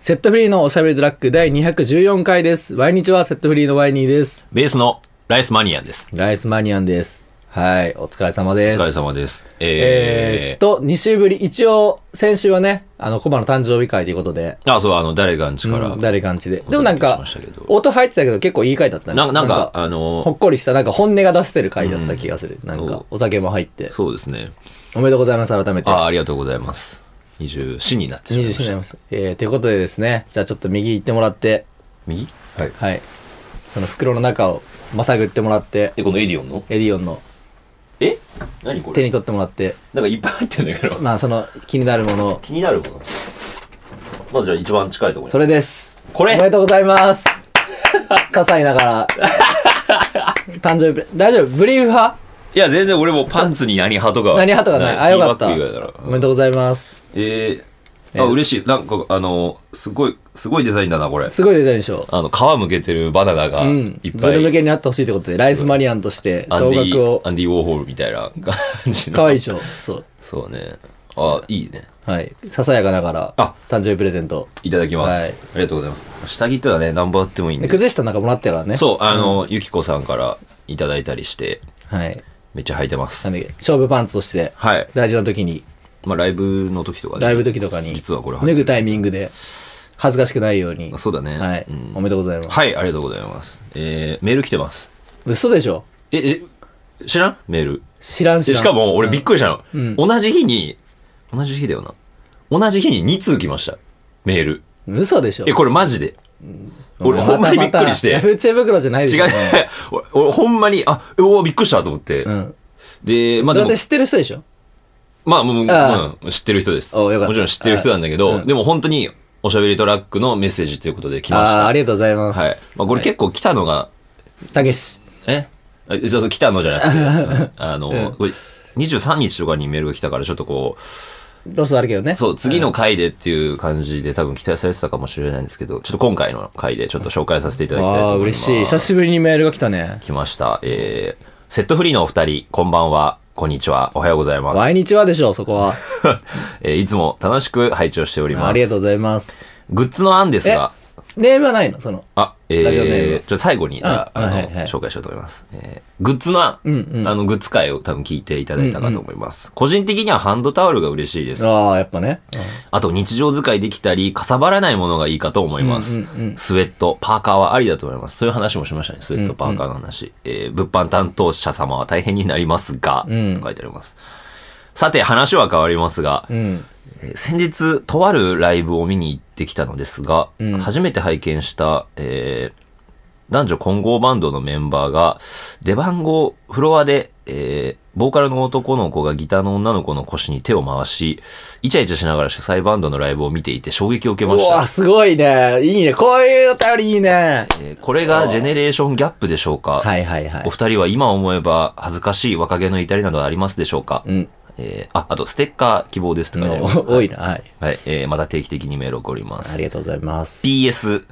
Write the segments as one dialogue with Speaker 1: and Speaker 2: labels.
Speaker 1: セットフリーのおしゃべりドラッグ第214回です。毎日はセットフリーのワイニーです。
Speaker 2: ベースのライスマニアンです。
Speaker 1: ライスマニアンです。はい、お疲れ様で
Speaker 2: お
Speaker 1: す。
Speaker 2: 疲れ様です。
Speaker 1: えーっ
Speaker 2: えー、
Speaker 1: と、2週ぶり、一応、先週はね、あの、コバの誕生日会ということで、
Speaker 2: あ、そう、あの、誰がんちから。
Speaker 1: うん誰かんちで。でもなん
Speaker 2: お
Speaker 1: か
Speaker 2: 届けしましたけ、ど
Speaker 1: 音入ってたけど結構いい回だったね。
Speaker 2: ななんか、あの
Speaker 1: ほ
Speaker 2: ー、
Speaker 1: っこりした、なんか本音が出してる回だった気がする。なんか、お酒も入って。
Speaker 2: そうですね。
Speaker 1: おめでとうございます、改めて。
Speaker 2: あ、ありがとうございます。24になってしまい
Speaker 1: 27
Speaker 2: ま
Speaker 1: に
Speaker 2: し
Speaker 1: なり
Speaker 2: た。
Speaker 1: ます。えー、ということでですね、じゃあちょっと右行ってもらって、
Speaker 2: 右はい。
Speaker 1: はい。その袋の中をまさぐってもらって、
Speaker 2: え、このエディオンの
Speaker 1: エディオンの
Speaker 2: え何こ
Speaker 1: 手
Speaker 2: れ
Speaker 1: に取ってもらって、
Speaker 2: なんかいっぱい入ってんだけど。
Speaker 1: まあその気になるものを、
Speaker 2: 気になるもの。まずじゃあ一番近いところ
Speaker 1: そ
Speaker 2: に。
Speaker 1: れです。
Speaker 2: これ
Speaker 1: おめでとうござい ます。些細ながら。誕生日、大丈夫ブリーフ派
Speaker 2: いや、全然俺もパンツに何派とか。
Speaker 1: 何派とかない。あ、よかった。
Speaker 2: ティーバッグ以外なら
Speaker 1: おめでとうございます。
Speaker 2: えー、あ、嬉しい。なんか、あの、すごい、すごいデザインだな、これ。
Speaker 1: すごいデザインでしょ。
Speaker 2: あの、皮むけてるバナナが
Speaker 1: う
Speaker 2: いっ
Speaker 1: ん。
Speaker 2: ぱい。
Speaker 1: ズル向けになってほしいってことで、ライスマニアンとして、
Speaker 2: アン
Speaker 1: 動
Speaker 2: ディ
Speaker 1: 画を、
Speaker 2: アンディ・ウォーホールみたいな感じの。
Speaker 1: 可愛いでしょ。そう。
Speaker 2: そうね。あ、いいね。
Speaker 1: はい。ささやかながら、
Speaker 2: あ
Speaker 1: 誕生日プレゼント。
Speaker 2: いただきます。
Speaker 1: はい
Speaker 2: ありがとうございます。下着ってのはね、何本あってもいいん
Speaker 1: で、
Speaker 2: で。
Speaker 1: 崩したなんかもらったからね。
Speaker 2: そう、あの、ゆきこさんからいただいたりして、
Speaker 1: はい。
Speaker 2: めっちゃ履いてます
Speaker 1: なん。だっけ、勝負パンツとして、
Speaker 2: はい。
Speaker 1: 大事な時に、
Speaker 2: まあ、ライブの時とかね。
Speaker 1: ライブ時とかに、
Speaker 2: 実はこれ履いて
Speaker 1: 脱
Speaker 2: る
Speaker 1: ぐタイミングで、恥ずかしくないように。
Speaker 2: あそうだね。
Speaker 1: はい、
Speaker 2: うん
Speaker 1: おめでとうございます。
Speaker 2: はい、ありがとうございます。えー、メール来てます。
Speaker 1: 嘘でしょ
Speaker 2: え、え、知らんメール。
Speaker 1: 知らんし
Speaker 2: でしかも、俺びっくりしたの。
Speaker 1: うん
Speaker 2: 同じ日に、同じ日だよな。同じ日に2通来ました。メール。
Speaker 1: 嘘でしょ
Speaker 2: え、これマジで。
Speaker 1: お前
Speaker 2: 俺ほんまにびっくりして
Speaker 1: ヤフーチェ袋じゃないでし
Speaker 2: 違
Speaker 1: ょ
Speaker 2: う、 ね、俺、ほんまに、あ、うわ、びっくりしたと思って。
Speaker 1: うん。
Speaker 2: で、まあで
Speaker 1: ど
Speaker 2: も
Speaker 1: うせ、知ってる人でしょ
Speaker 2: まあもう、
Speaker 1: あ
Speaker 2: うん、知ってる人です。
Speaker 1: およかった
Speaker 2: もちろん知ってる人なんだけ
Speaker 1: あ
Speaker 2: ど、
Speaker 1: うん
Speaker 2: でも本当に、おしゃべりトラックのメッセージということで来まし
Speaker 1: ああー、
Speaker 2: た。
Speaker 1: ありがとうございま
Speaker 2: はい。
Speaker 1: す。
Speaker 2: まあこれ結構来たのが、
Speaker 1: たけし。
Speaker 2: ええそうそう来たのじゃな くて、うんあの、これ23日とかにメールが来たから、ちょっとこ
Speaker 1: ロスあるけどね。
Speaker 2: う、そう、次の回でっていう感じで多分期待されてたかもしれないんですけど、ちょっと今回の回でちょっと紹介させていただきたい
Speaker 1: あ
Speaker 2: と
Speaker 1: あ、
Speaker 2: 思いま
Speaker 1: 嬉
Speaker 2: す。
Speaker 1: しい。久しぶりにメールが来たね。
Speaker 2: 来ました。えー、セットフリーのお二人、こんばんは、こんにちは、おはようございます。
Speaker 1: 毎日はでしょ、そこは。
Speaker 2: えーいつも楽しく拝聴しております。
Speaker 1: ありがとうございます。
Speaker 2: グッズの案です
Speaker 1: え
Speaker 2: が、、
Speaker 1: ネームはないのその。
Speaker 2: あ、え
Speaker 1: ラジオネーム
Speaker 2: ー、ちょ最後に、じゃあ、
Speaker 1: うん
Speaker 2: あの、
Speaker 1: はいはい
Speaker 2: 紹介しようと思います。えーグッズの案、
Speaker 1: うんうん
Speaker 2: あの、グッズ会を多分聞いていただいたかと思います。個人的にはハンドタオルが嬉しいです。
Speaker 1: ああ、やっぱね。
Speaker 2: あと、日常使いできたり、かさばらないものがいいかと思います。
Speaker 1: うんうんうん
Speaker 2: スウェット、パーカーはありだと思います。そういう話もしましたね。スウェット、パーカーの話。えー物販担当者様は大変になりますが、
Speaker 1: うん
Speaker 2: と書いてあります。さて、話は変わりますが、
Speaker 1: うん。
Speaker 2: えー先日、とあるライブを見に行ってきたのですが、
Speaker 1: うん
Speaker 2: 初めて拝見した、えー男女混合バンドのメンバーが、出番後、フロアで、えーボーカルの男の子がギターの女の子の腰に手を回し、イチャイチャしながら主催バンドのライブを見ていて衝撃を受け
Speaker 1: う
Speaker 2: まし
Speaker 1: わ、
Speaker 2: た。
Speaker 1: すごいね。いいね。こういうお便りいいね。
Speaker 2: えーこれがジェネレーションギャップでしょうか、
Speaker 1: はいはいはい
Speaker 2: お。二人は今思えば恥ずかしい若気の至りなどありますでしょうか、
Speaker 1: うん。
Speaker 2: えーあ、あと、ステッカー希望ですって書いてあります。
Speaker 1: 多いな。はい。
Speaker 2: はい、えーまた定期的にメールを送ります。
Speaker 1: ありがとうござい ます。
Speaker 2: PS、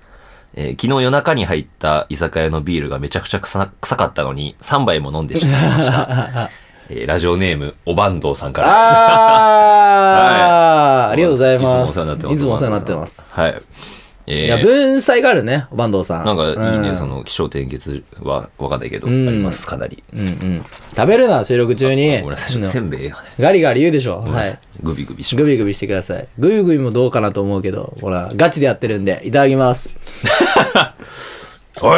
Speaker 2: えー昨日夜中に入った居酒屋のビールがめちゃくちゃ臭臭かったのに3杯も飲んでしまい ました。えーラジオネーム、おばんどうさんからでした。
Speaker 1: あーありがとうございます。い
Speaker 2: い
Speaker 1: つ
Speaker 2: つ
Speaker 1: も
Speaker 2: も
Speaker 1: お
Speaker 2: お
Speaker 1: 世
Speaker 2: 世
Speaker 1: 話に
Speaker 2: 話に
Speaker 1: な
Speaker 2: な
Speaker 1: っ
Speaker 2: ってて
Speaker 1: ま。
Speaker 2: ますす。はい。
Speaker 1: い
Speaker 2: え
Speaker 1: や、
Speaker 2: ー
Speaker 1: 文才があるね、バンドさん。
Speaker 2: なんかいいね、
Speaker 1: うん
Speaker 2: そ。の、気象転結はわかんないけど、あ
Speaker 1: ん
Speaker 2: ります、かなり。
Speaker 1: うんうん。食べるな、収録中に。
Speaker 2: ごめんなさい、ちょっとせんべいがね。
Speaker 1: ガリガリ言うでしょ。
Speaker 2: ごめん
Speaker 1: は
Speaker 2: な
Speaker 1: い
Speaker 2: さい。グビグビしま
Speaker 1: グ
Speaker 2: す。
Speaker 1: ビグビしてください。グイグイもどうかなと思うけど、ほら、ガチでやってるんで、いただきます。
Speaker 2: おい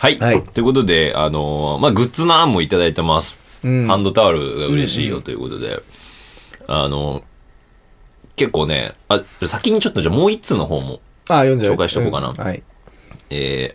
Speaker 2: はい、
Speaker 1: はい
Speaker 2: ということで、あのーまあ、グッズの案もいただいてます。
Speaker 1: うん
Speaker 2: ハンドタオルが嬉しいよということで。あのー結構ね、あ、先にちょっとじゃあもう一通の方も、
Speaker 1: あ、読んじゃう。
Speaker 2: 紹介しとこうかなん
Speaker 1: はい。
Speaker 2: えー、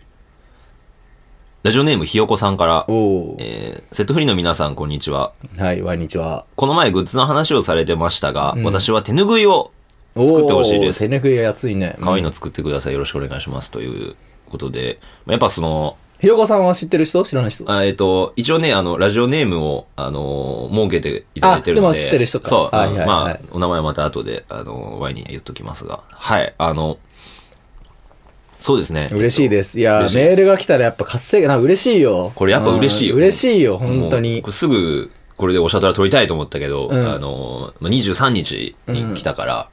Speaker 2: ラジオネームひよこさんから、
Speaker 1: おー。
Speaker 2: えー、セットフリーの皆さんこんにちは。
Speaker 1: はい、ワニチは。
Speaker 2: この前グッズの話をされてましたが、私は手拭いを
Speaker 1: おー
Speaker 2: 作ってほしいです
Speaker 1: 手。ぬぐいが安いね。
Speaker 2: 可愛いの作ってください。よろしくお願いします。ということで、まあやっぱその、
Speaker 1: ひよこさんは知ってる人知らない人
Speaker 2: あえっ、と、一応ね、あの、ラジオネームを、あのー設けていただいてるので。
Speaker 1: あでも知ってる人か
Speaker 2: そう、
Speaker 1: はいはいはい
Speaker 2: まあ、お名前はまた後で、あのー、ワインに言っときますが。はい、あの、そうですね。
Speaker 1: 嬉しい
Speaker 2: す。
Speaker 1: です。いや
Speaker 2: 嬉
Speaker 1: ー、
Speaker 2: しいです
Speaker 1: メールが来たらやっぱ活性化、なんか嬉しいよ。
Speaker 2: これやっぱ嬉しいよ
Speaker 1: うん嬉しいよ、
Speaker 2: もう
Speaker 1: 本当に
Speaker 2: これ。すぐ、これでおしゃドラ撮りたいと思ったけど、
Speaker 1: ん
Speaker 2: あのー、まあ23日に来たから、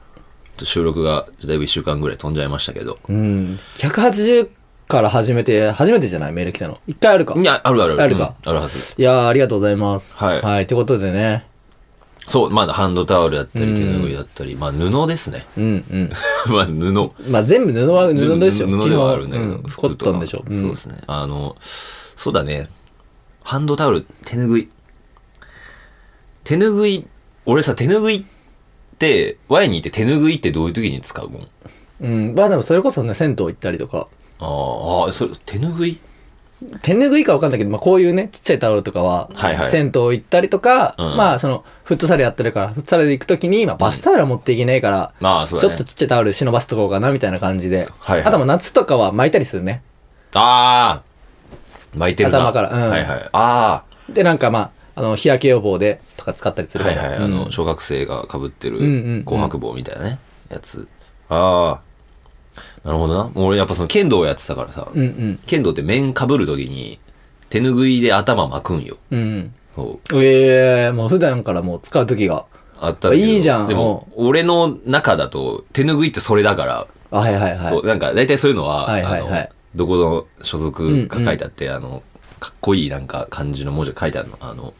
Speaker 2: と収録がだいぶ1週間ぐらい飛んじゃいましたけど。
Speaker 1: うん。180から始めて、初めてじゃないメール来たの。一回あるか。
Speaker 2: いや、あるある
Speaker 1: あるか
Speaker 2: うんあるはず。
Speaker 1: いやー、ありがとうございます。
Speaker 2: はい
Speaker 1: はい。ってことでね。
Speaker 2: そう、まだハンドタオルだったり、手拭いだったり、まあ布ですね。
Speaker 1: うんうん。
Speaker 2: まあ布。
Speaker 1: まあ全部布は布でしょ。
Speaker 2: 布ではあるんだけ
Speaker 1: 基
Speaker 2: ど、
Speaker 1: 本うん
Speaker 2: 服
Speaker 1: コッ
Speaker 2: とか
Speaker 1: トンでしょ。うん
Speaker 2: そうですね。あの、そうだね。ハンドタオル、手拭い。手拭い、俺さ、手拭いって、ワイにいて手拭いってどういう時に使うもん
Speaker 1: うん。まあでもそれこそね、銭湯行ったりとか。
Speaker 2: あーあー、それ、手拭い
Speaker 1: 手拭いかわかんないけど、まあこういうね、ちっちゃいタオルとかは、
Speaker 2: はいはい
Speaker 1: 銭湯行ったりとか、
Speaker 2: うん
Speaker 1: まあその、フットサルやってるから、フットサルで行くときに、まあバスタオルは持っていけないから、
Speaker 2: まあ、そう
Speaker 1: ち
Speaker 2: だ
Speaker 1: ょっ
Speaker 2: ね。
Speaker 1: とちっちゃいタオル忍ばせとこうかな、みたいな感じで。
Speaker 2: はいはい
Speaker 1: あともう夏とかは巻いたりするね。
Speaker 2: ああ巻いてるな。
Speaker 1: 頭からうん
Speaker 2: はいはい。あ
Speaker 1: で、なんかまあ、あの、日焼け予防でとか使ったりす
Speaker 2: あ、
Speaker 1: る
Speaker 2: は
Speaker 1: か
Speaker 2: い
Speaker 1: ら。
Speaker 2: はい。あの、小学生が被ってる
Speaker 1: んうん
Speaker 2: 紅白帽みたいなね、やつ。ああ、なるほどな。もう俺やっぱその剣道をやってたからさ、
Speaker 1: うんうん
Speaker 2: 剣道って面被る時に手拭いで頭巻くんよ。
Speaker 1: うんうん。
Speaker 2: そう。
Speaker 1: ええもう普段からもう使う時が。
Speaker 2: あったんだけど
Speaker 1: いいじゃん
Speaker 2: でも、俺の中だと手拭いってそれだから、
Speaker 1: あはいはいはい。
Speaker 2: そう、なんか大体そういうのは、
Speaker 1: はいはいはい
Speaker 2: あのどこの所属が書いてあって、あの、かっこいいなんか漢字の文字が書いてあるの。あの、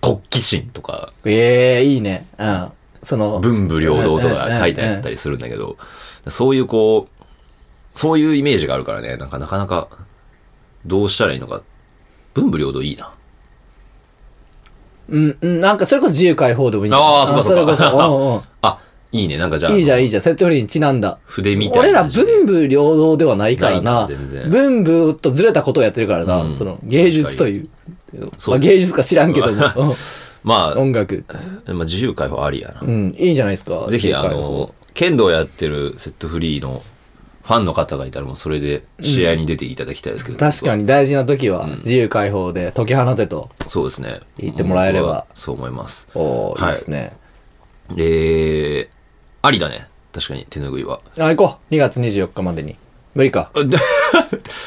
Speaker 2: 国旗心とか、
Speaker 1: ええいいね。うん。その、
Speaker 2: 文武両道とか書いてあったりするんだけど、そういうこう、そういうイメージがあるからね、なんかなかなか、どうしたらいいのか。文武両道いいな。
Speaker 1: うんうん。なんかそれこそ自由解放でもいいじゃん。
Speaker 2: あーそうかそうか
Speaker 1: それこ そ。
Speaker 2: あ、いいね、なんかじゃあ、
Speaker 1: うんうん。いいじゃんいいじゃん。セットフリーにちなんだ。
Speaker 2: 筆みたいな。
Speaker 1: 俺ら文武両道ではないからな。
Speaker 2: ないんだ全然
Speaker 1: 文武とずれたことをやってるからな。
Speaker 2: うん
Speaker 1: その芸術という。
Speaker 2: そ
Speaker 1: ま
Speaker 2: う
Speaker 1: あ、芸術か知らんけども。
Speaker 2: ま
Speaker 1: うん音楽。
Speaker 2: あ、まあ、自由解放ありやな。
Speaker 1: うん。いいじゃないですか。
Speaker 2: ぜ
Speaker 1: 自
Speaker 2: ひ、
Speaker 1: 由
Speaker 2: あ
Speaker 1: 解放
Speaker 2: の、剣道やってるセットフリーのファンの方がいたらもうそれで試合に出ていただきたいですけど、
Speaker 1: 確かに大事な時は自由解放で解き放てと。
Speaker 2: そうですね。
Speaker 1: 言ってもらえれば
Speaker 2: 僕はそう思います。
Speaker 1: おーいい
Speaker 2: はい
Speaker 1: ですね。
Speaker 2: えー、ありだね。確かに、手拭いは。
Speaker 1: あ、行こう。2月24日までに。無理か。
Speaker 2: あで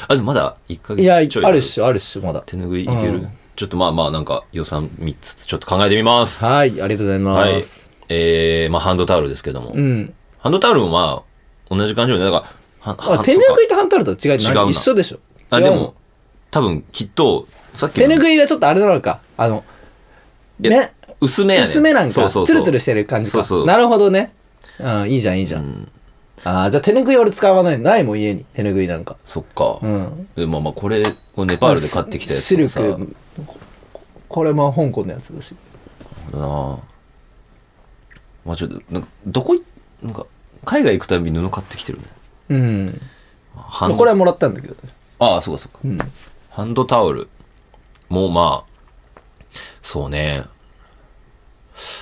Speaker 2: あ、でもまだ1ヶ月
Speaker 1: いや、あ
Speaker 2: ちょい
Speaker 1: るっしょ、あるっしょ、まだ。
Speaker 2: 手拭いいけ
Speaker 1: う
Speaker 2: る、
Speaker 1: ん
Speaker 2: ちょっとまあまあ、なんか予算3つ、ちょっと考えてみます。
Speaker 1: はい、ありがとうござい
Speaker 2: はい
Speaker 1: ます。。
Speaker 2: えー、まあ、ハンドタオルですけども。
Speaker 1: うん。
Speaker 2: ハンドタオルもまあ、同じ感じよね。だから、は
Speaker 1: あ、手拭いとハンタオルと違いって
Speaker 2: 違
Speaker 1: 何
Speaker 2: うな
Speaker 1: 一緒でしょ。
Speaker 2: あ、
Speaker 1: 違う
Speaker 2: で
Speaker 1: の
Speaker 2: も、多分、きっと、さっき
Speaker 1: 手
Speaker 2: の
Speaker 1: 拭いがちょっとあれなのか。あの、
Speaker 2: いや
Speaker 1: ね、
Speaker 2: 薄めやね
Speaker 1: 薄めなん
Speaker 2: そ
Speaker 1: か、
Speaker 2: うそう
Speaker 1: ツルツルしてる感じ
Speaker 2: そう
Speaker 1: か
Speaker 2: そ。う
Speaker 1: なるほどね。うん、いいじゃん、いいじゃん。あーじゃあ手拭い俺使わない。ないもん、家に。手拭いなんか。
Speaker 2: そっか、
Speaker 1: うん。
Speaker 2: でもまあこれこれネパールで買ってきたやつ
Speaker 1: シ
Speaker 2: も
Speaker 1: ル
Speaker 2: さ
Speaker 1: ク。これも香港のやつだし。
Speaker 2: なあまあちょっとなんかどこいなんか海外行くたび布買ってきてるね
Speaker 1: うん。
Speaker 2: ハンド
Speaker 1: これはもらったんだけどね。
Speaker 2: ああそうかそうか、
Speaker 1: ん
Speaker 2: ハンドタオルもうまあそうね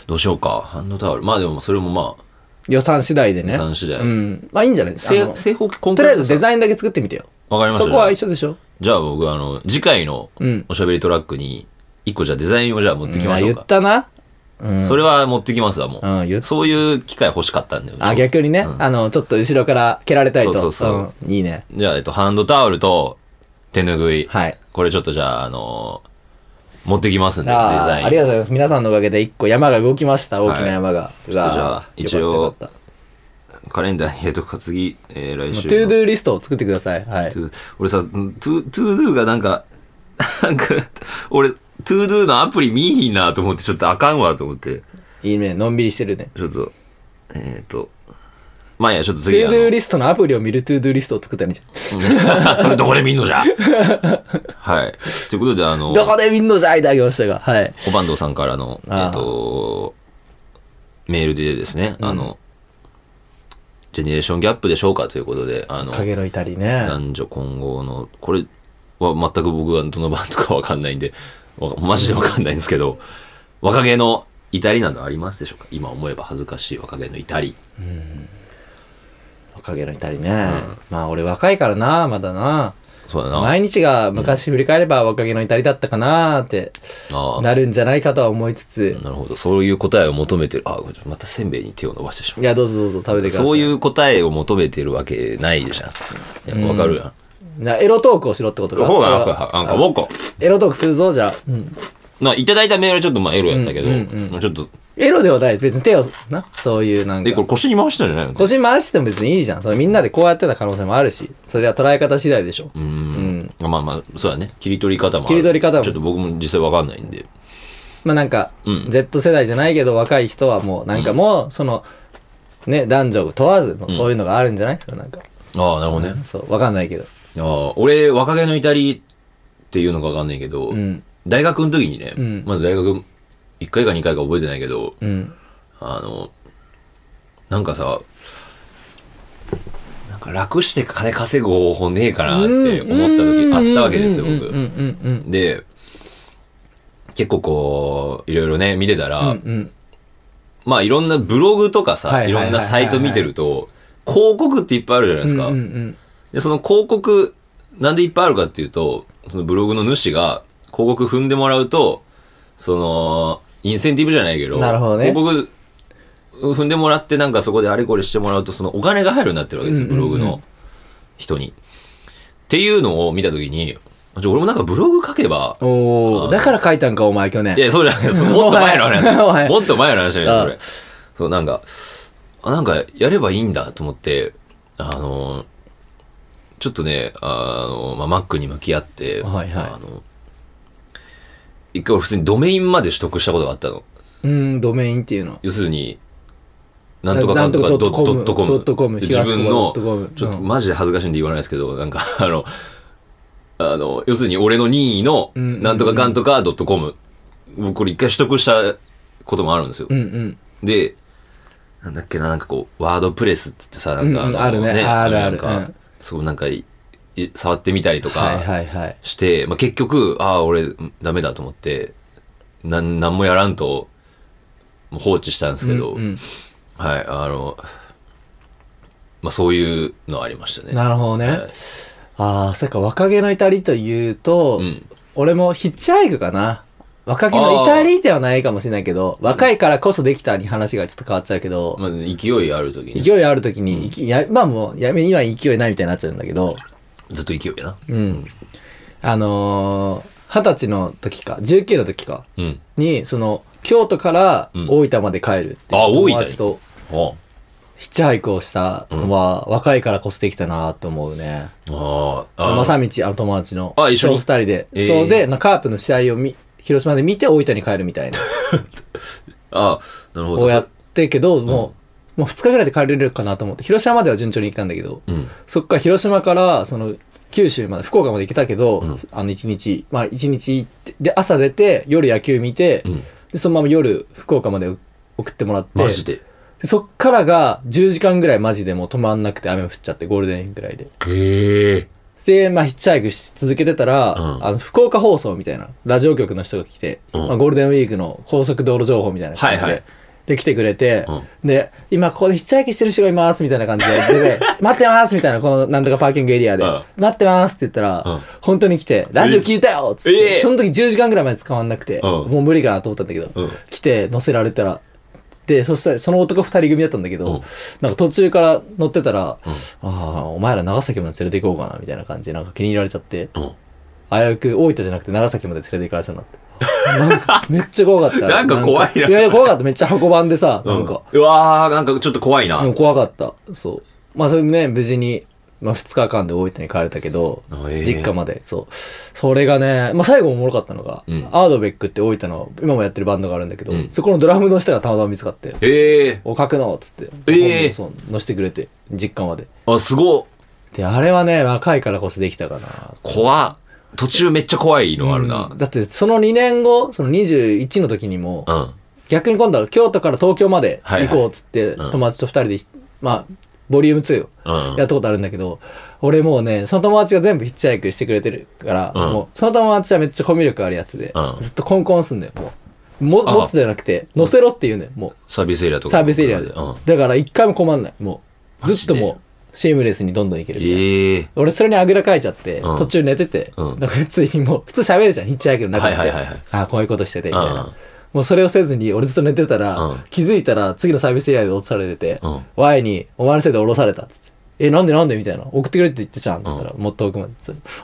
Speaker 2: どうしようかハンドタオルまあでもそれもまあ
Speaker 1: 予算次第でね。
Speaker 2: 予算次第
Speaker 1: うん。まあいいんじゃないあ
Speaker 2: 正
Speaker 1: の
Speaker 2: 正方形コン
Speaker 1: と
Speaker 2: ク
Speaker 1: りあ
Speaker 2: リー
Speaker 1: え
Speaker 2: ト
Speaker 1: ずデ
Speaker 2: さ
Speaker 1: ザインだけ作ってみてよ。
Speaker 2: わかりました
Speaker 1: そこは一緒でしょ
Speaker 2: じゃあ僕あの次回の
Speaker 1: うん
Speaker 2: おしゃべりトラックに一個じゃあデザインをじゃあ持ってきましょう
Speaker 1: 言
Speaker 2: か、
Speaker 1: ったな。うん。
Speaker 2: それは持ってきますわ、もう。
Speaker 1: うん言っ
Speaker 2: そういう機会欲しかったんだよ。
Speaker 1: あ、逆にね、あの、ちょっと後ろから蹴られたいと。
Speaker 2: そうそうそう
Speaker 1: うんいいね。
Speaker 2: じゃあ、えっと、ハンドタオルと手拭い。
Speaker 1: はい。
Speaker 2: これちょっとじゃあ、あのー持ってきますんで、デ
Speaker 1: あ
Speaker 2: ザイン。
Speaker 1: ーありがとうございます。皆さんのおかげで一個山が動きました。大きな山が。うわー
Speaker 2: ちょっとじゃあ
Speaker 1: よかったよかっ
Speaker 2: カレンダーに入れとくか、次、えー来
Speaker 1: た
Speaker 2: 週
Speaker 1: トゥー
Speaker 2: の。
Speaker 1: ドゥーリストを作ってください。はい。
Speaker 2: ゥ俺さ、んトゥー、トゥードゥがなんか、なんか、俺、トゥードゥのアプリ見いひんなと思って、ちょっとあかんわと思って、
Speaker 1: いいね。のんびりしてるね。
Speaker 2: ちょっと、えっ、と、まあいいや、ちょっと
Speaker 1: トゥ
Speaker 2: 次
Speaker 1: ー
Speaker 2: あ
Speaker 1: ド
Speaker 2: の
Speaker 1: ゥーリストのアプリを見るトゥードゥーリストを作ったらいいんじゃ
Speaker 2: それどこで見んのじゃはい。ということで、あの
Speaker 1: ん。、どこで見んのじゃいただきましたが。はい。
Speaker 2: 小坂東さんからの、えっ、
Speaker 1: ああ
Speaker 2: と、メールでですね、あの、ジェネレーションギャップでしょうかということで、あの、
Speaker 1: 影のいたりね。
Speaker 2: 男女混合の、これは全く僕はどの番とかわかんないんで、わマジでわかんないんですけど、若気の至りなどありますでしょうか今思えば恥ずかしい若気の至り。
Speaker 1: 影のいたりね。まあ俺若いからな、まだな。
Speaker 2: そうだな。
Speaker 1: 毎日が昔振り返れば若気の至りだったかなーって
Speaker 2: ああ
Speaker 1: なるんじゃないかとは思いつつ、
Speaker 2: なるほど。そういう答えを求めてる。あ、またせんべいに手を伸ばしてしまう
Speaker 1: いや、どうぞどうぞ食べてください。
Speaker 2: そういう答えを求めてるわけないじゃん。やっぱわかるやん。
Speaker 1: なエロトークをしろってことか。
Speaker 2: ほうがなんか、なんか僕、
Speaker 1: エロトークするぞ、じゃあ。うん
Speaker 2: な、いただいたメールはちょっとまあエロやったけど、まあちょっと
Speaker 1: エロではない。別に手を、な、そういうなんか。
Speaker 2: え、これ腰に回したんじゃないの
Speaker 1: 腰回しても別にいいじゃん。それみんなでこうやってた可能性もあるし、それは捉え方次第でしょ。
Speaker 2: うん。まあまあ、そうだね。切り取り方もある。
Speaker 1: 切り取り方も
Speaker 2: ちょっと僕も実際わかんないんで。
Speaker 1: まあなんか、
Speaker 2: ん
Speaker 1: Z 世代じゃないけど若い人はもう、なんかもう、その、ね、男女問わずの、そういうのがあるんじゃない、それなんか。
Speaker 2: ああ、なるほどね。
Speaker 1: そう、わかんないけど。
Speaker 2: ああ、俺、若気の至りっていうのかわかんないけど、
Speaker 1: ん
Speaker 2: 大学の時にね、
Speaker 1: ん
Speaker 2: まだ大学1回か2回か覚えてないけど、
Speaker 1: うん。
Speaker 2: あの、なんかさ、なんか楽して金稼ぐ方法ねえかなって思った時あったわけですよ、
Speaker 1: うんうんう
Speaker 2: 僕。
Speaker 1: ん
Speaker 2: で、結構こう、いろいろね、見てたら、
Speaker 1: うんうん。
Speaker 2: まあいろんなブログとか
Speaker 1: は
Speaker 2: さ、
Speaker 1: い
Speaker 2: い
Speaker 1: はいは
Speaker 2: ろ
Speaker 1: いはい
Speaker 2: んなサイト見てると、広告っていっぱいあるじゃないですか。
Speaker 1: うんうん
Speaker 2: で、その広告、なんでいっぱいあるかっていうと、そのブログの主が広告踏んでもらうと、その、インセンティブじゃないけど、
Speaker 1: なるほどね
Speaker 2: 広告踏んでもらってなんかそこであれこれしてもらうと、そのお金が入るようになってるわけですよ、ブログの人に。っていうのを見たときに、じゃあ俺もなんかブログ書けば、
Speaker 1: うん。おお、だから書いたんか、お前去年。
Speaker 2: いや、そうじゃない です。もっと前の
Speaker 1: お前
Speaker 2: 話。もっと前の話じゃない
Speaker 1: うん
Speaker 2: です、それ。そう、なんか、あなんか、やればいいんだと思って、あの、ちょっとね、あの、まあ、マックに向き合って、
Speaker 1: はいはい
Speaker 2: あの、一回俺普通にドメインまで取得したことがあったの。
Speaker 1: うん、ドメインっていうの。
Speaker 2: 要するに、なんとかかんとか
Speaker 1: な
Speaker 2: ド
Speaker 1: んとかド
Speaker 2: ッ
Speaker 1: ット
Speaker 2: ト
Speaker 1: コ
Speaker 2: コ
Speaker 1: ム
Speaker 2: ム。
Speaker 1: ドットコム
Speaker 2: で自分
Speaker 1: 東
Speaker 2: の、
Speaker 1: 久
Speaker 2: ち
Speaker 1: 保ドットコム
Speaker 2: ょっと
Speaker 1: うん
Speaker 2: マジで恥ずかしいんで言わないですけど、なんか、 あの、あの、要するに俺の任意の、
Speaker 1: うんうんうん
Speaker 2: なんとかかんとかドットコム。僕これ一回取得したこともあるんですよ
Speaker 1: う。んうん。
Speaker 2: で、なんだっけな、なんかこう、ワードプレスっつってさ、なんか
Speaker 1: うんうん
Speaker 2: の、
Speaker 1: あるねあるある
Speaker 2: なん
Speaker 1: う
Speaker 2: か
Speaker 1: ん、
Speaker 2: そうなんかい、い触ってみたりと
Speaker 1: はい
Speaker 2: か
Speaker 1: はいはい。
Speaker 2: して、まあ結局、ああ、俺、ダメだと思って、なん、なんもやらんと、もう放置したんですけど、
Speaker 1: うん
Speaker 2: はい、あの、まあそういうのありましたね。
Speaker 1: なるほどね。
Speaker 2: はい
Speaker 1: ああ、そっか、若気の至りというと、
Speaker 2: うん
Speaker 1: 俺もヒッチハイクかな。若気の至りではないかもしれないけど、若いからこそできたに話がちょっと変わっちゃうけど、
Speaker 2: まあ勢いある時に、ず
Speaker 1: 勢いある時に、いきやまあもう、やめには勢いないみたいになっちゃうんだけど、
Speaker 2: っと勢いやな。
Speaker 1: うん。あのー二、十歳の時か、19の時か、
Speaker 2: うん。
Speaker 1: に、その、京都から
Speaker 2: うん
Speaker 1: 大分まで帰るっていう
Speaker 2: あ
Speaker 1: 友達と
Speaker 2: あ
Speaker 1: ヒッチハイクをしたのは、若いからこそできたなと思うね。
Speaker 2: ああ
Speaker 1: その
Speaker 2: あ、
Speaker 1: 正道あの友達の
Speaker 2: あ一緒
Speaker 1: そう
Speaker 2: に
Speaker 1: 二人で、
Speaker 2: えー
Speaker 1: そうでなカープの試合を見広島で見て大分に帰るみたいな
Speaker 2: ああ、なるほど。
Speaker 1: をやってけどもう,、もう2日ぐらいで帰れるかなと思って広島までは順調に行ったんだけど、
Speaker 2: うん。
Speaker 1: そっから広島からその九州まで福岡まで行けたけど、あの1日まあ1日行ってで朝出て夜野球見て、
Speaker 2: うん。
Speaker 1: でそのまま夜福岡まで送ってもらって
Speaker 2: マジで。
Speaker 1: でそっからが10時間ぐらいマジでもう止まんなくて雨も降っちゃってゴールデンウィークぐらいで
Speaker 2: へえ。
Speaker 1: で、まあ、ヒッチハイクし続けてたら、
Speaker 2: うん
Speaker 1: あの福岡放送みたいなラジオ局の人が来て、
Speaker 2: うん
Speaker 1: まあ、ゴールデンウィークの高速道路情報みたいな感じで。
Speaker 2: はいはい
Speaker 1: で、来てくれて、
Speaker 2: うん
Speaker 1: で、今ここでヒッチハイクしてる人がいます、みたいな感じで、でで 待ってますみたいな、このなんとかパーキングエリアで、
Speaker 2: うん
Speaker 1: 待ってますって言ったら、
Speaker 2: うん
Speaker 1: 本当に来て、ラジオ聞いたよっつって、
Speaker 2: ええ
Speaker 1: その時10時間ぐらい前使わんなくて、
Speaker 2: うん
Speaker 1: もう無理かなと思ったんだけど、
Speaker 2: うん
Speaker 1: 来て乗せられたら、で、そしたら、その男二人組だったんだけど、
Speaker 2: うん
Speaker 1: なんか途中から乗ってたら、ああ、お前ら長崎まで連れて行こうかな、みたいな感じで、なんか気に入られちゃって、
Speaker 2: うん。
Speaker 1: 危うく大分じゃなくて長崎まで連れて行かれそうに なって。なんか、めっちゃ怖かった。
Speaker 2: なんか怖いな
Speaker 1: やいや、怖かった。めっちゃ箱番でさ、なんか、
Speaker 2: うわー、なんかちょっと怖いな。
Speaker 1: でも
Speaker 2: へ
Speaker 1: 怖かった。そう。まあ、それもね、無事に、まあ、2日間で大分に帰れたけど、
Speaker 2: え
Speaker 1: 実家まで、そう。それがね、まあ、最後もおもろかったのが、
Speaker 2: うん
Speaker 1: アードベックって大分の、今もやってるバンドがあるんだけど、
Speaker 2: うん
Speaker 1: そこのドラムの人がたまたま見つかって、
Speaker 2: え
Speaker 1: お、書くのっつって、
Speaker 2: ええ
Speaker 1: そう、乗せてくれて、実家まで。
Speaker 2: あ、すごっ。
Speaker 1: で、あれはね、若いからこそできたかな。
Speaker 2: 怖っ途中めっちゃ怖いのあるな
Speaker 1: うん。だって、その2年後、その21の時にも、
Speaker 2: うん。
Speaker 1: 逆に今度は京都から東京まで行こうっつって、
Speaker 2: いはいうん
Speaker 1: 友達と2人で、まあ、ボリューム2を
Speaker 2: うん。
Speaker 1: やったことあるんだけど、俺もうね、その友達が全部ヒッチハイクしてくれてるから、
Speaker 2: うん
Speaker 1: もう、その友達はめっちゃコミュ力あるやつで、
Speaker 2: うん
Speaker 1: ずっとコンコンすんだよ、もう。も
Speaker 2: あ
Speaker 1: 持つじゃなくて、乗せろって言うねもう。
Speaker 2: サービスエリアとか。
Speaker 1: サービスエリアで。
Speaker 2: うん。
Speaker 1: だから一回も困んない。もう、
Speaker 2: マジで
Speaker 1: ずっともう、シームレスにどんどんいけるみたいな。
Speaker 2: ええ。
Speaker 1: 俺それにあぐらかいちゃって、
Speaker 2: うん
Speaker 1: 途中寝てて、
Speaker 2: うん
Speaker 1: なんか普通にもう、普通喋るじゃん、ヒッチハイクの中で。
Speaker 2: はいはいはいはい
Speaker 1: ああ、こういうことしてて、みたいな。
Speaker 2: うん
Speaker 1: もうそれをせずに、俺ずっと寝てたら、
Speaker 2: うん
Speaker 1: 気づいたら次のサービスエリアで落とされてて、
Speaker 2: うん
Speaker 1: Y に、お前のせいで降ろされたっつって。え、なんでなんでみたいな。送ってくれって言ってじゃんっつったら、もっと奥まで。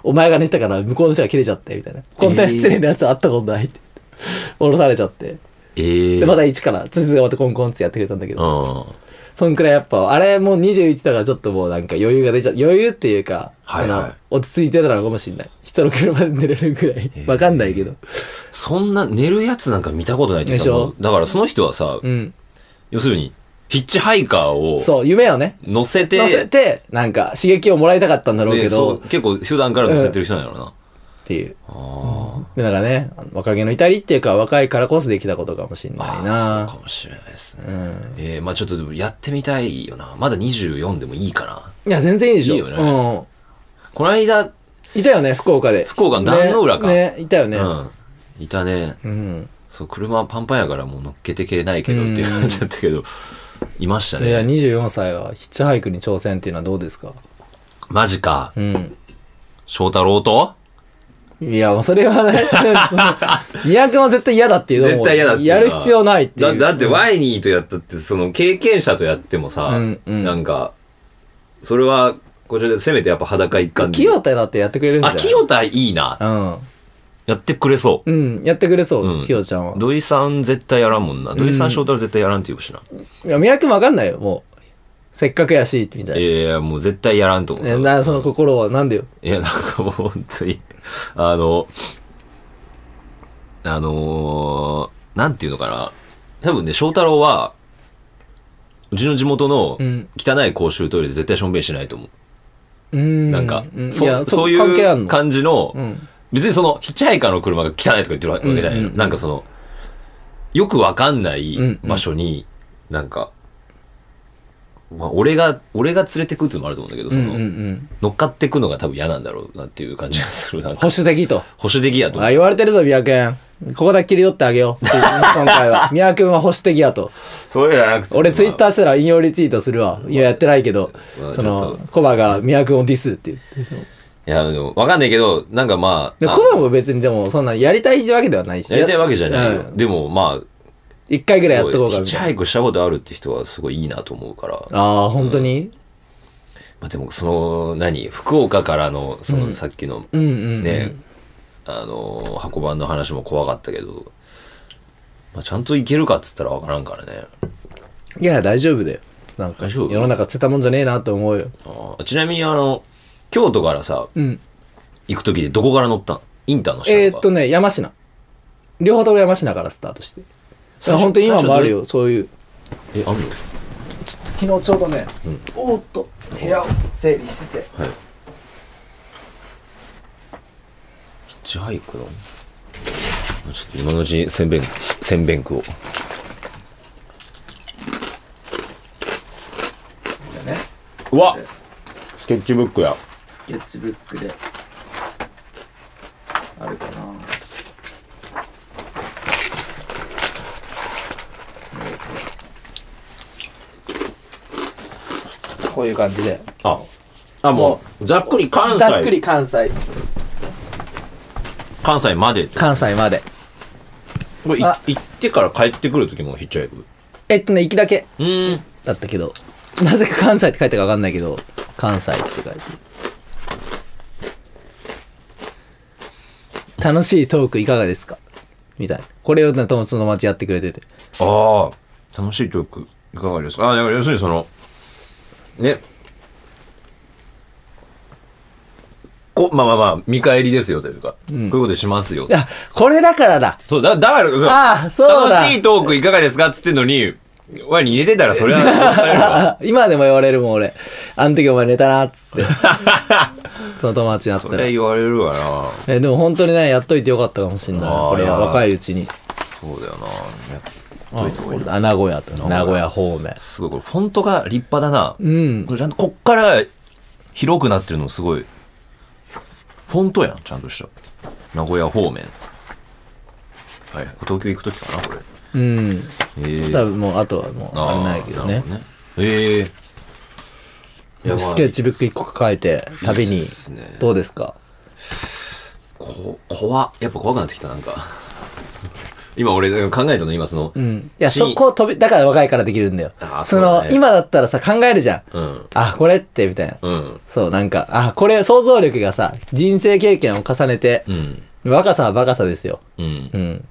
Speaker 1: お前が寝て たから向こうの人が切れちゃって、みたいな。こんな失礼なやつあったことないって。降ろされちゃって。
Speaker 2: ええ
Speaker 1: でまた一からつつがまたコンコンってやってくれたんだけど、
Speaker 2: うん。
Speaker 1: そんくらいやっぱあれもう21だからちょっともうなんか余裕が出ちゃ余裕っていうか、
Speaker 2: はいはい
Speaker 1: その落ち着いてたのかもしれない人の車で寝れるぐらいわかんないけど、
Speaker 2: そんな寝るやつなんか見たことないっていうか
Speaker 1: でしょ
Speaker 2: もうだからその人はさ、
Speaker 1: うん
Speaker 2: 要するに、ヒッチハイカーを
Speaker 1: そう夢をね
Speaker 2: 乗せて、
Speaker 1: 乗せてなんか刺激をもらいたかったんだろうけ
Speaker 2: でそ
Speaker 1: ど
Speaker 2: う結構普段から乗せてる人なんやろうな。
Speaker 1: っていう
Speaker 2: あ
Speaker 1: でなんかねあの若気の至りっていうか若いからこそできたことかもしれない
Speaker 2: あ、
Speaker 1: な
Speaker 2: そうかもしれないですね。
Speaker 1: うん
Speaker 2: ええまあちょっとでもやってみたいよな。まだ24でもいいかな。
Speaker 1: いや全然いいでしょ
Speaker 2: いいよね
Speaker 1: うん
Speaker 2: この間、
Speaker 1: いたよね、福岡で。
Speaker 2: 福岡の壇ノ浦か
Speaker 1: ね。ねいたよね。
Speaker 2: うん。いたね。
Speaker 1: うん。
Speaker 2: そう、車パンパンやからもう乗っけてけれないけどっていう感じだったけど、いました
Speaker 1: いや、
Speaker 2: ね。
Speaker 1: 24歳はヒッチハイクに挑戦っていうのはどうですか
Speaker 2: マジか。
Speaker 1: うん。
Speaker 2: 翔太郎と
Speaker 1: いや、もうそれはね、2役も絶対嫌だっていうのも
Speaker 2: 絶対嫌だっていうの
Speaker 1: や
Speaker 2: は
Speaker 1: る必要ないってい
Speaker 2: だ
Speaker 1: う。
Speaker 2: だって
Speaker 1: うん
Speaker 2: ワイニーとやったって、その経験者とやってもさ、
Speaker 1: うんうん
Speaker 2: なんか、それは、こちらでせめてやっぱ裸一貫で。
Speaker 1: 清田だってやってくれるんじゃ
Speaker 2: あ、
Speaker 1: ない
Speaker 2: 清田いいな。やってくれそ
Speaker 1: うん。うん。やってくれそう、
Speaker 2: うん
Speaker 1: 清ちゃんは
Speaker 2: う。。土井さん絶対やらんもんな。土井さ
Speaker 1: うんん
Speaker 2: 翔太郎絶対やらんって言うしな。
Speaker 1: いや、宮君わかんないよ、もう。せっかくやし、みたい
Speaker 2: いやいや、もう絶対やらんと思う。
Speaker 1: な。ねな、その心は、なんでよ。
Speaker 2: いや、なんかもう本当に、あの、あのーなんていうのかな。多分ね、翔太郎は、うちの地元の
Speaker 1: うん
Speaker 2: 汚い公衆トイレで絶対しょんべんしないと思う。
Speaker 1: うん。
Speaker 2: なんか、
Speaker 1: うい
Speaker 2: そ
Speaker 1: や、
Speaker 2: そ
Speaker 1: そうう
Speaker 2: い
Speaker 1: いう関係あん
Speaker 2: う
Speaker 1: の
Speaker 2: 感じの、
Speaker 1: うん。
Speaker 2: 別にその、ヒッチハイカーの車が汚いとか言ってるわけじゃないの。
Speaker 1: うんうんうん
Speaker 2: なんかその、よくわかんない
Speaker 1: うんうん
Speaker 2: 場所に、なんか、まあ、俺が、俺が連れてくっていうのもあると思うんだけど、
Speaker 1: う
Speaker 2: そ
Speaker 1: ん
Speaker 2: の、
Speaker 1: うんうん。
Speaker 2: 乗っかってくのが多分嫌なんだろうなっていう感じがする。なんか
Speaker 1: 保守的と。
Speaker 2: 保守的やと思
Speaker 1: あ
Speaker 2: う。
Speaker 1: 言われてるぞ、宮君。ここだけ切り取ってあげよう。 今回は。宮君は保守的やと。
Speaker 2: そういうのじゃなくて
Speaker 1: 俺ツイッターしたら引用リツイートするわ。いや、やってないけど
Speaker 2: まあ、
Speaker 1: そ
Speaker 2: ちょっ
Speaker 1: の
Speaker 2: と、
Speaker 1: コバが宮君をディスって言って。
Speaker 2: いや、でも、わかんないけど、なんかまあ、
Speaker 1: で
Speaker 2: あ
Speaker 1: コバも別にでも、そんなやりたいわけではないし。
Speaker 2: やりたいわけじゃないよ。
Speaker 1: うん
Speaker 2: でも、まあ、
Speaker 1: 一回ぐらいやっとこうか
Speaker 2: すご
Speaker 1: み
Speaker 2: いヒッチ
Speaker 1: たい
Speaker 2: ハ
Speaker 1: な。
Speaker 2: イクしたことあるって人はすごいいいなと思うから。
Speaker 1: ああ、本当に
Speaker 2: まあでも、その、何福岡からの、その、さっきの、
Speaker 1: うんうん。
Speaker 2: ね、あの、箱番の話も怖かったけど、まあ、ちゃんといけるかっつったらわからんからね。
Speaker 1: いや、大丈夫だよ。なんか、
Speaker 2: 大
Speaker 1: 世
Speaker 2: 丈夫
Speaker 1: の中捨てたもんじゃねえなと思うよ。
Speaker 2: あーちなみに、あの、京都からさ、
Speaker 1: うん。
Speaker 2: 行くときでどこから乗ったんインターの下とか
Speaker 1: えーっとね、山科。両方とも山科からスタートして。だから本当に今もあるよ、そういう。
Speaker 2: え、ある
Speaker 1: ちょっと昨日ちょうどね、おーっと部屋を整理してて
Speaker 2: はい。ヒッチハイクのちょっと今のうちにせんべん、せんべんくを。
Speaker 1: じゃあね
Speaker 2: うわスケッチブックや。
Speaker 1: スケッチブックであるかなこういう感じで
Speaker 2: あ、あ、もう、ざっくり関西。
Speaker 1: ざっくり関西
Speaker 2: 関西までって。
Speaker 1: 関西まで
Speaker 2: これ、い
Speaker 1: あ
Speaker 2: 行ってから帰ってくるときもヒッチハイク。
Speaker 1: えっとね行きだけ
Speaker 2: うーん。
Speaker 1: だったけどなぜか関西って書いてあるか分かんないけど関西って書いてある楽しいトークいかがですかみたいなこれをね友達の友達やってくれてて
Speaker 2: ああ、楽しいトーク、いかがですかあ、だから要するにその、ね。こまあまあまあ、見返りですよというか、こういうことしますよ。
Speaker 1: あこれだからだ
Speaker 2: そう、だ、だから、そう
Speaker 1: ああそうだ
Speaker 2: 楽しいトークいかがですかっつってんのに、ワニ寝てたらそれは殺され るわ、
Speaker 1: あ今でも言われるもん俺あの時お前寝たなっつって その友達になっ
Speaker 2: そ
Speaker 1: た
Speaker 2: れは
Speaker 1: ら
Speaker 2: 言われるわな。
Speaker 1: えでも本当にねやっといてよかったかもしんない
Speaker 2: あー
Speaker 1: これはい
Speaker 2: や
Speaker 1: 若いうちに
Speaker 2: そうだよな。
Speaker 1: あ名古屋と名古屋方面
Speaker 2: すごい、これフォントが立派だな。
Speaker 1: うん
Speaker 2: これちゃんとこっから広くなってるのもすごい。フォントやん、ちゃんとした。名古屋方面。はい、東京行くときかな、これ。
Speaker 1: うん
Speaker 2: え
Speaker 1: 多分もうあとはもうあれないけどね
Speaker 2: ええー。
Speaker 1: スケッチブック1個書いて旅にどうですか
Speaker 2: こ、怖っやっぱ怖くなってきた、なんか。今俺考えたの、今その、
Speaker 1: うんいや
Speaker 2: シー
Speaker 1: そ
Speaker 2: ン
Speaker 1: こを飛びだから若いからできるんだよ
Speaker 2: あー
Speaker 1: そ
Speaker 2: そうだ
Speaker 1: の
Speaker 2: ね
Speaker 1: 今だったらさ考えるじゃん
Speaker 2: うん。
Speaker 1: あこれってみたいな
Speaker 2: うん。
Speaker 1: そうなんかあこれ想像力がさ人生経験を重ねて
Speaker 2: うん。
Speaker 1: 若さは若さですよ
Speaker 2: うん
Speaker 1: う。ん。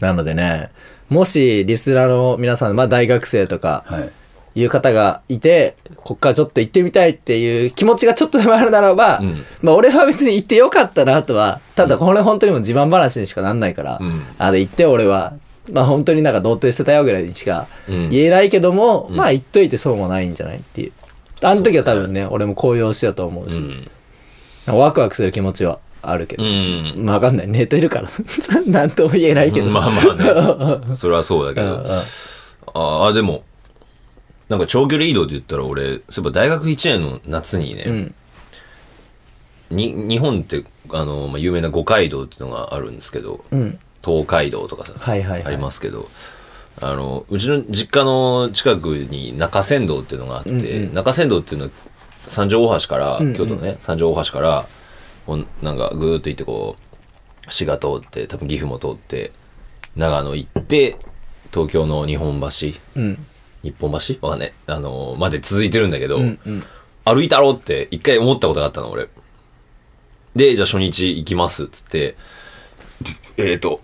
Speaker 1: なのでね、もしリスナーの皆さん、まあ大学生とか
Speaker 3: はい。
Speaker 1: いう方がいて、こっからちょっと行ってみたいっていう気持ちがちょっとでもあるならば、
Speaker 2: うん
Speaker 1: まあ俺は別に行ってよかったなとは、ただこれ本当にもう自慢話にしかなんないから、
Speaker 2: うん
Speaker 1: あで行って俺は、まあ本当になんか童貞してたよぐらいにしか
Speaker 2: うん
Speaker 1: 言えないけども、まあ言っといてそうもないんじゃないっていう。あの時は多分ね、俺も高揚してたと思うし、
Speaker 2: うん
Speaker 1: ワクワクする気持ちはあるけど。
Speaker 2: うん
Speaker 1: まあわかんない。寝てるから。 なんとも言えないけど。
Speaker 2: まあま あねそれはそうだけどああでもなんか長距離移動で言ったら俺そういえば大学1年の夏にね、
Speaker 1: ん
Speaker 2: に日本ってあの、まあ、有名な五街道っていうのがあるんですけど、
Speaker 1: うん。
Speaker 2: 東海道とかさ、
Speaker 1: はいはいはい
Speaker 2: ありますけどあのうちの実家の近くに中山道っていうのがあって、
Speaker 1: うん
Speaker 2: 中山道っていうのは三条大橋から、
Speaker 1: うんうん
Speaker 2: 京都のね三条大橋からこうなんかぐーっと行ってこう滋賀通って多分岐阜も通って長野行って東京の日本橋
Speaker 1: うん。
Speaker 2: 日本橋わかんないあのまで続いてるんだけど、
Speaker 1: うんうん。
Speaker 2: 歩いたろうって一回思ったことがあったの俺でじゃあ初日行きますっつってえっ、ー、と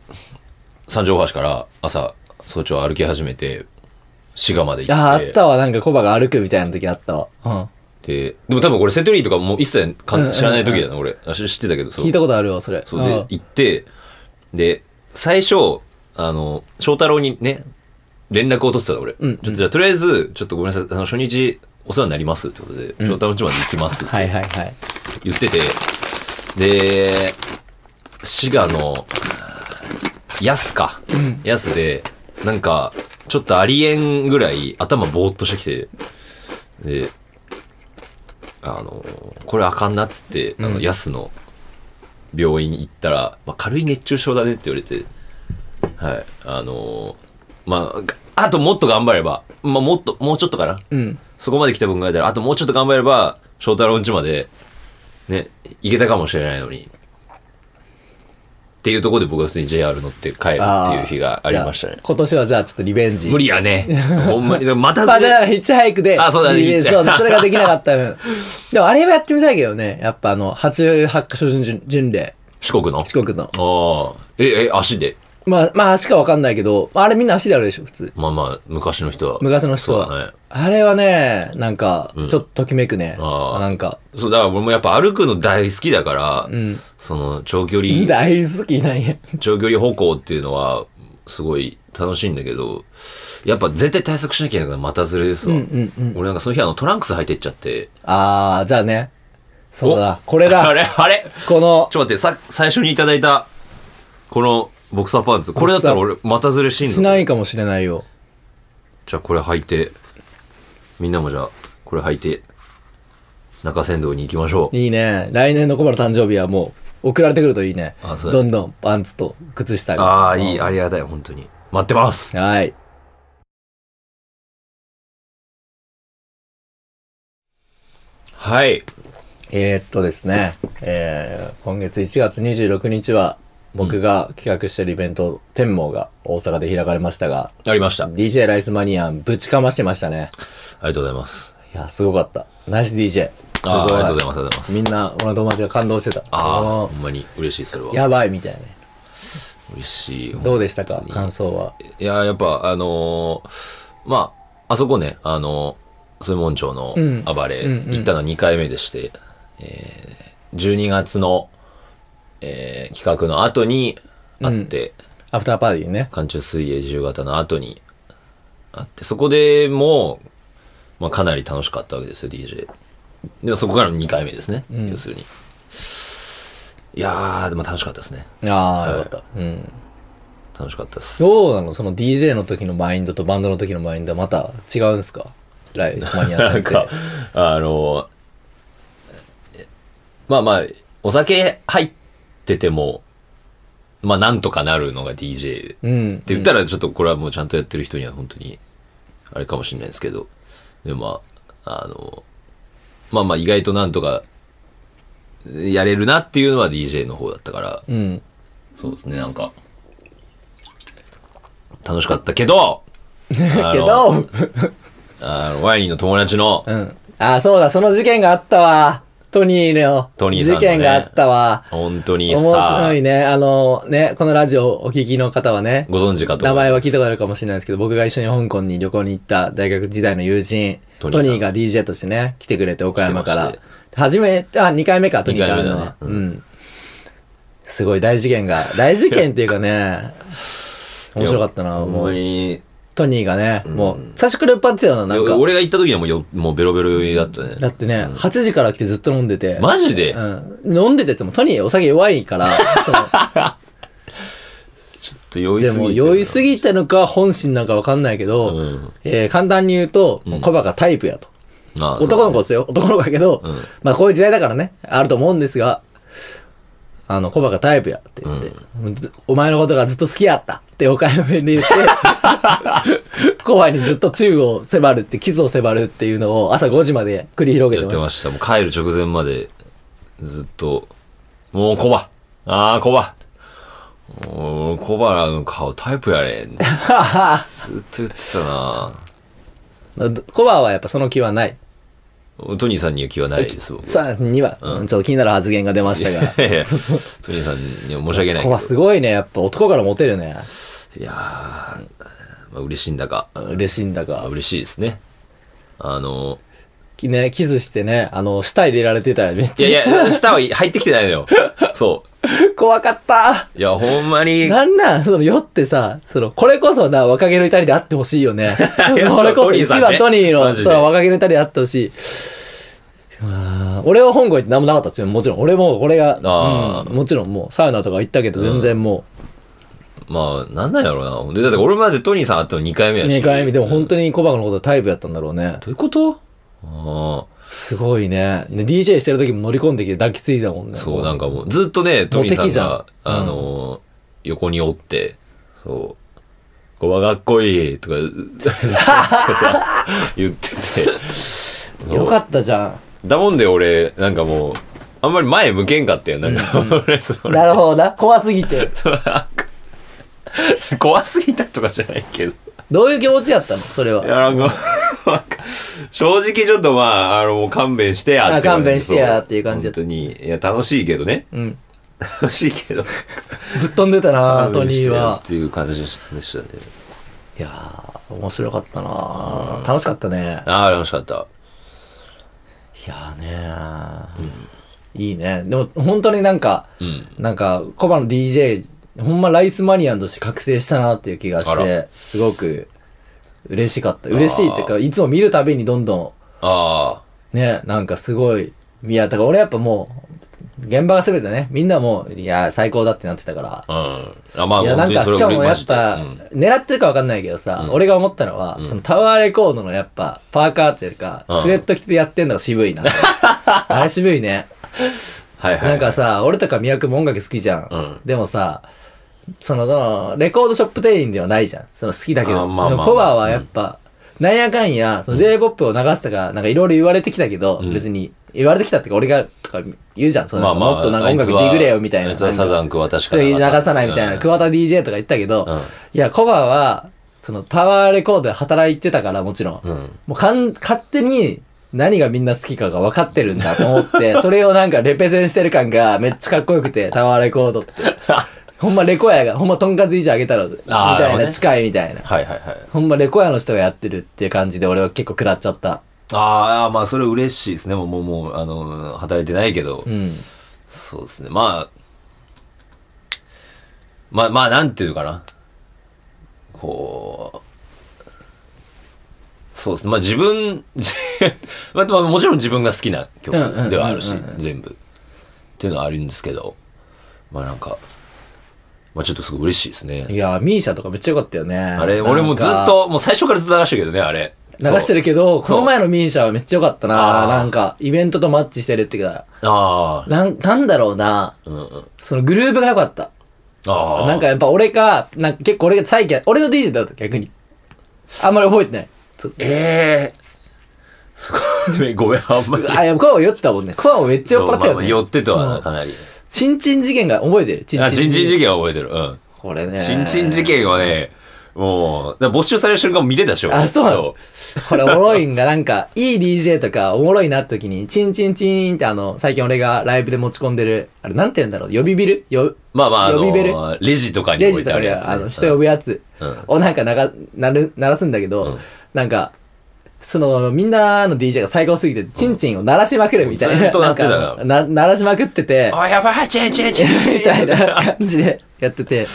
Speaker 2: 三条大橋から朝早朝歩き始めて滋賀まで行って
Speaker 1: ああったわ。なんかコバが歩くみたいな時あったわ。うん。
Speaker 2: ででも多分これセトリーとかもう一切かん知らない時だな、俺あし知ってたけどそう
Speaker 1: 聞いたことあるわ、それ。
Speaker 2: そうで行ってで最初あの翔太郎にね連絡を取ってたの俺、
Speaker 1: うん
Speaker 2: ちょっとじゃあとりあえずちょっとごめんなさいあの初日お世話になりますってことで、翔太郎の家まで行きますっつって
Speaker 1: はいはいはい。
Speaker 2: 言ってて、で、滋賀の、安か。安で、なんか、ちょっとありえんぐらい頭ぼーっとしてきて、で、あの、これあかんなっつって、あの、安の病院行ったら、まあ、軽い熱中症だねって言われて、はい、あの、まあ、あともっと頑張れば、まあ、もっと、もうちょっとかな。
Speaker 1: うん。
Speaker 2: そこまで来た分考えたら、あともうちょっと頑張れば、翔太郎んちまで、ね、行けたかもしれないのに。っていうところで僕は普通に JR 乗って帰る
Speaker 1: あ
Speaker 2: っ
Speaker 1: あ
Speaker 2: ていう日がありましたね
Speaker 1: じゃあ。今年はじゃあちょっとリベンジ。
Speaker 2: 無理やね。ほんまに。でもまた
Speaker 1: まあ、
Speaker 2: ず
Speaker 1: だか
Speaker 2: れ、
Speaker 1: らヒッチハイクで、
Speaker 2: あそうだね
Speaker 1: リベンジ
Speaker 2: ヒッチハ
Speaker 1: そ
Speaker 2: イ
Speaker 1: うそれ
Speaker 2: ク
Speaker 1: ができなかった分。でもあれはやってみたいけどね。やっぱあの、88箇所巡巡礼、
Speaker 2: 四国の。
Speaker 1: 四国の。
Speaker 2: ああ。え、え、足で。
Speaker 1: まあ、まあ足かわかんないけど、あれみんな足であるでしょ、普通。
Speaker 2: まあまあ、昔の人は。
Speaker 1: 昔の人は。
Speaker 2: そうだね。
Speaker 1: あれはね、なんか、ちょっとときめくね。
Speaker 2: ああ
Speaker 1: なんか、
Speaker 2: そう、だから俺もやっぱ歩くの大好きだから、その、長距離
Speaker 1: 大好きなんや。
Speaker 2: 長距離歩行っていうのは、すごい楽しいんだけど、やっぱ絶対対策しなきゃいけないのが股ずれですわ。
Speaker 1: うんうん
Speaker 2: 俺なんかその日あのトランクス履いてっちゃって。
Speaker 1: ああ、じゃあね。そうだ。
Speaker 2: お
Speaker 1: これ
Speaker 2: あ
Speaker 1: だ。
Speaker 2: れあれ
Speaker 1: この、
Speaker 2: ちょっと待って、さ、最初にいただいた、このボクサーパンツ。これだったら俺、股ずれしんの
Speaker 1: しないかもしれないよ。
Speaker 2: じゃあこれ履いて、みんなもじゃあ、これ履いて、中山道に行きましょう。
Speaker 1: いいね。来年のコバの誕生日はもう、送られてくるといいね
Speaker 2: あ。そうだ
Speaker 1: どんどんパンツと靴下が。
Speaker 2: ああ、いい、ありがたい、本当に。待ってます
Speaker 1: はい。
Speaker 2: はい。
Speaker 1: えー、っとですね、えー、今月1月26日は、僕が企画してるイベント、天網が大阪で開かれましたが、
Speaker 2: やりました。あり
Speaker 1: DJ ライスマニアンぶちかましてましたね。
Speaker 2: がとうございます。
Speaker 1: いや、すごかった。ナイス DJ。すごい
Speaker 2: ああー、ありがとうございます、ありがとうございます。
Speaker 1: みんな、俺の友達が感動してた。
Speaker 2: ああ、
Speaker 1: お
Speaker 2: ほんまに嬉しい、それは
Speaker 1: ー。やばいみたいなね。
Speaker 2: 嬉しい。
Speaker 1: どうでしたか感想は。
Speaker 2: いや、やっぱ、あのーまあ、あそこね、あのー、水門町の
Speaker 1: ん
Speaker 2: 暴れ、
Speaker 1: うんうん
Speaker 2: 行ったのは2回目でして、えー、12月の、えー企画の後にあって、
Speaker 1: アフターパーティーね。
Speaker 2: 寒中水泳自由形の後にあって、そこでもう、まあ、かなり楽しかったわけですよ、DJ。でもそこからの2回目ですね、要するに。いやー、でも楽しかったですね。
Speaker 1: ああ、よかった。うん。
Speaker 2: 楽しかったです。
Speaker 1: どうなのその DJ の時のマインドとバンドの時のマインドはまた違うんすかライスマニア
Speaker 2: な
Speaker 1: 先
Speaker 2: んか
Speaker 1: 生。、
Speaker 2: あの、まあまあ、お酒入ってても、まあなんとかなるのが DJ って
Speaker 1: うん。
Speaker 2: 言ったら、ちょっとこれはもうちゃんとやってる人には本当に、あれかもしれないですけど、でもまあ、あの、まあまあ意外となんとか、やれるなっていうのは DJ の方だったから、
Speaker 1: うん。
Speaker 2: そうですね、なんか、楽しか ったけど、あ
Speaker 1: け
Speaker 2: の、
Speaker 1: ど、
Speaker 2: あのワイニーの友達の、
Speaker 1: うん。ああ、そうだ、その事件があったわ。トニーの
Speaker 2: トニーさ
Speaker 1: 事
Speaker 2: んのね
Speaker 1: 件があったわ。
Speaker 2: 本当に
Speaker 1: 面白
Speaker 2: さ、
Speaker 1: いね。あの、ね、このラジオお聞きの方はね、
Speaker 2: ご存知かと。
Speaker 1: 名前は聞いたことあるかもしれないですけど、僕が一緒に香港に旅行に行った大学時代の友人、
Speaker 2: ト
Speaker 1: ト
Speaker 2: ニーさん
Speaker 1: ニーが DJ としてね、来てくれて岡山か
Speaker 2: 来
Speaker 1: ら
Speaker 2: て。
Speaker 1: 初め、あ、2回目か、トニーが会うの
Speaker 2: 二
Speaker 1: は。
Speaker 2: 回
Speaker 1: う
Speaker 2: 目だね
Speaker 1: ん。すごい大事件が、大事件っていうか ね、面白かったな、
Speaker 2: ほん
Speaker 1: も
Speaker 2: ま
Speaker 1: う。
Speaker 2: に。
Speaker 1: トニーがね、もう、最初から酔っ払ってたよな、なんか。
Speaker 2: 俺が行った時にはもうよ、もうベロベロだったね。
Speaker 1: だってね、8時から来てずっと飲んでて。
Speaker 2: マジで、
Speaker 1: うん。飲んでてっても、トニーお酒弱い から、その
Speaker 2: ちょっと酔い
Speaker 1: です
Speaker 2: ぎて
Speaker 1: も
Speaker 2: る
Speaker 1: 酔いすぎたのか本心なのかわかんないけど、
Speaker 2: うん
Speaker 1: えー簡単に言うと、コバがタイプやと。
Speaker 2: ああ
Speaker 1: 男の子ですよ。男の子やけど、
Speaker 2: うん
Speaker 1: まあこういう時代だからね、あると思うんですが、あの、コバがタイプやって言って、ずお前のことがずっと好きやったって岡山弁で 言って、コバにずっと中を迫るって、キスを迫るっていうのを朝5時まで繰り広げ
Speaker 2: や
Speaker 1: て
Speaker 2: っ
Speaker 1: ま
Speaker 2: て
Speaker 1: した。
Speaker 2: ました。もう帰る直前まで、ずっと、もうコバああ、コバもうコバラの顔タイプやれん。ずっと言ってたな
Speaker 1: コバはやっぱその気はない。
Speaker 2: トニーさんには気はないです、僕。
Speaker 1: さあ、には、うんちょっと気になる発言が出ましたが。
Speaker 2: いやいや トニーさんには申し訳ないけ
Speaker 1: コ
Speaker 2: ど
Speaker 1: バ。すごいね。やっぱ男からモテるね。
Speaker 2: いやー、まあ、嬉しいんだか、
Speaker 1: 嬉しいんだ
Speaker 2: まあ
Speaker 1: か。
Speaker 2: 嬉しいですね。あの、
Speaker 1: きね、キスしてね、あの、舌入れられてたらめっ
Speaker 2: い
Speaker 1: ち
Speaker 2: やいや、下は入ってきてないのよ。そ
Speaker 1: ゃ 怖かった。
Speaker 2: う。いや、ほんまに、
Speaker 1: なんなんその、酔ってさ、その、これこそな、若気の至りであってほしいよね。
Speaker 2: いや
Speaker 1: これこ
Speaker 2: ト
Speaker 1: そ
Speaker 2: ニー
Speaker 1: 一
Speaker 2: さんね
Speaker 1: 番トニー
Speaker 2: マ
Speaker 1: の、
Speaker 2: ジで
Speaker 1: その若気の至りであってほしい。あー俺は本郷行って何もなかったっすよ。もちろん。俺も、これが
Speaker 2: あ、ー
Speaker 1: うんもちろんもう、サウナとか行ったけど、全然も
Speaker 2: まあ、なんなんやろうな。ほんでだって俺までトニーさん会ったの2回目
Speaker 1: う、
Speaker 2: やし。
Speaker 1: 2回目、でも本当に小箱のことタイプやったんだろうね。
Speaker 2: どういうことあ
Speaker 1: すごいね。で DJ してる時も乗り込んできて抱きついたもんね。
Speaker 2: あ、そう、なんかもう、ずっとね、トニー
Speaker 1: モテ期じ
Speaker 2: さ
Speaker 1: ゃ
Speaker 2: ん
Speaker 1: ん
Speaker 2: が、あのー、横におって、そう、こばかっこいいとか、ず ずっと さ言ってて。そう
Speaker 1: よかったじゃ
Speaker 2: だもんで俺、なんかもう、あんまり前向けんかったよ。なんか、 俺、そ
Speaker 1: ん。
Speaker 2: れ、
Speaker 1: なるほどな。怖すぎて。
Speaker 2: そうなんか怖すぎたとかじゃないけど。
Speaker 1: どういう気持ちやったのそれ
Speaker 2: い
Speaker 1: は。
Speaker 2: や、なんか、なんか正直ちょっとまあ、あの、もう勘弁してや
Speaker 1: あ
Speaker 2: って感じ
Speaker 1: 勘弁してやっていう感じだっ
Speaker 2: 本
Speaker 1: た
Speaker 2: 当に。いや、楽しいけどね。
Speaker 1: うん。
Speaker 2: 楽しいけど。
Speaker 1: ぶっ飛んでたな、トニー
Speaker 2: 勘弁してや
Speaker 1: は
Speaker 2: っ。ていう感じでしたね。
Speaker 1: いやー、面白かったな楽しかったね。
Speaker 2: ああ、楽しかった。
Speaker 1: いやーねいいね。でも、本当になんか、
Speaker 2: うん。
Speaker 1: なんか、コバの DJ、ほんまライスマニアンとして覚醒したなっていう気がし
Speaker 2: あ
Speaker 1: て、すごく嬉しかった。嬉しいっていうか、いつも見るたびにどんどん
Speaker 2: あ
Speaker 1: ね、なんかすごい、いや、だから俺やっぱもう、現場が全てね、みんなもう、いや、最高だってなってたから。
Speaker 2: あ、うん。あ、まあ、
Speaker 1: いや、なんか、しかもやっぱ、狙ってるかわかんないけどさ、俺が思ったのは、そのタワーレコードのやっぱ、パーカーっていうか
Speaker 2: うん、
Speaker 1: スウェット着てやってんのが渋い な。あれ渋いね。
Speaker 2: はいはい。
Speaker 1: なんかさ、俺とか宮君も音楽好きじゃん。
Speaker 2: うん
Speaker 1: でもさ、その、レコードショップ店員ではないじゃん。その好きだけ
Speaker 2: あ
Speaker 1: ど。
Speaker 2: まあまあまあ
Speaker 1: でもコバはやっぱ、なんやかんや、その J-POP を流したか、なんかいろいろ言われてきたけど、
Speaker 2: うん
Speaker 1: 別に、言われてきたってか、俺が、とか言うじゃん。その
Speaker 2: まあまあ、
Speaker 1: もっとなんか音楽ディグレよみたいな。
Speaker 2: あいつはサザンク私から
Speaker 1: 流さないみたいな、桑田 DJ とか言ったけど、
Speaker 2: うん
Speaker 1: いや、コバは、そのタワーレコードで働いてたからもちろん、
Speaker 2: うん。
Speaker 1: もうかん勝手に何がみんな好きかが分かってるんだと思 って、それをなんかレペゼンしてる感がめっちゃかっこよくて、タワーレコードって。ほんまレコヤが、ほんまとんかつ DJ あげたろ、み
Speaker 2: あーな
Speaker 1: た
Speaker 2: る
Speaker 1: い
Speaker 2: ほど
Speaker 1: な、
Speaker 2: ね
Speaker 1: 近いみたいな。
Speaker 2: はいはいはい。
Speaker 1: ほんまレコヤの人がやってるっていう感じで俺は結構食らっちゃった。
Speaker 2: ああ、まあ、それ嬉しいですね。もう、もう、もうあの、働いてないけど。
Speaker 1: うん。
Speaker 2: そうですね。まあ、まあ、まあ、なんていうかな。こう、そうですね。まあ、自分、 自まあ、まあもちろん自分が好きな曲
Speaker 1: うんうん
Speaker 2: ではあるし
Speaker 1: うんうん、
Speaker 2: 全部。っていうのはあるんですけど、まあなんか、まあちょっとすごい嬉しいですね。
Speaker 1: いやー、ミーシャとかめっちゃよかったよね。
Speaker 2: あれ、
Speaker 1: なんか
Speaker 2: 俺もずっ。と、もう最初からずっと流してるけどね、あれ。
Speaker 1: 流して
Speaker 2: る。
Speaker 1: るけど、こ
Speaker 2: そう
Speaker 1: の前のミーシャはめっちゃよかったな。
Speaker 2: あー
Speaker 1: なんか、イベントとマッチしてるっていうか、
Speaker 2: ああ、
Speaker 1: なん、なんだろうな。
Speaker 2: うんうん。
Speaker 1: そのグルーブが良かった。
Speaker 2: ああ。
Speaker 1: なんか、やっぱ俺か、なんか結構俺が最近、俺の DJ だった逆に。あんまり覚えてない。そう
Speaker 2: ええー。すごい、ごめん、あんまり。
Speaker 1: あ、いや、コアは酔ってたもんね。コアもめっちゃ酔っ払ったよ
Speaker 2: そうまあまあ
Speaker 1: ね。
Speaker 2: 寄ってたわな、
Speaker 1: そ
Speaker 2: かなり。
Speaker 1: うチンチン事件が覚えてるチン
Speaker 2: あ、
Speaker 1: チ
Speaker 2: チ
Speaker 1: ン
Speaker 2: ンチン事件は覚えてる。うん。
Speaker 1: これね。
Speaker 2: チンチン事。件はね、もう、だから没収される瞬間も見てたでしょ。
Speaker 1: あそうなのこれおもろいんが、なんか、いい DJ とかおもろいなって時に、チンチンチンってあの、最近俺がライブで持ち込んでる、あれなんて言うんだろう、呼びビルよ
Speaker 2: まあまあ、あ
Speaker 1: 呼びベル
Speaker 2: の、レジとかに
Speaker 1: レ
Speaker 2: 置い
Speaker 1: ジと
Speaker 2: て
Speaker 1: か
Speaker 2: ある
Speaker 1: で、
Speaker 2: やつね。
Speaker 1: あの、人呼ぶやつ
Speaker 2: うん
Speaker 1: をなんかなが鳴る鳴らすんだけど、
Speaker 2: うん
Speaker 1: なんか、その、みんなの DJ が最高すぎて、チンチンを鳴らしまくるみたいな。
Speaker 2: ずっと鳴ってたよ
Speaker 1: なんかな鳴らしまくってて、
Speaker 2: あ、やばい、チェンチェンチェンチェン
Speaker 1: みたい な感じでやってて、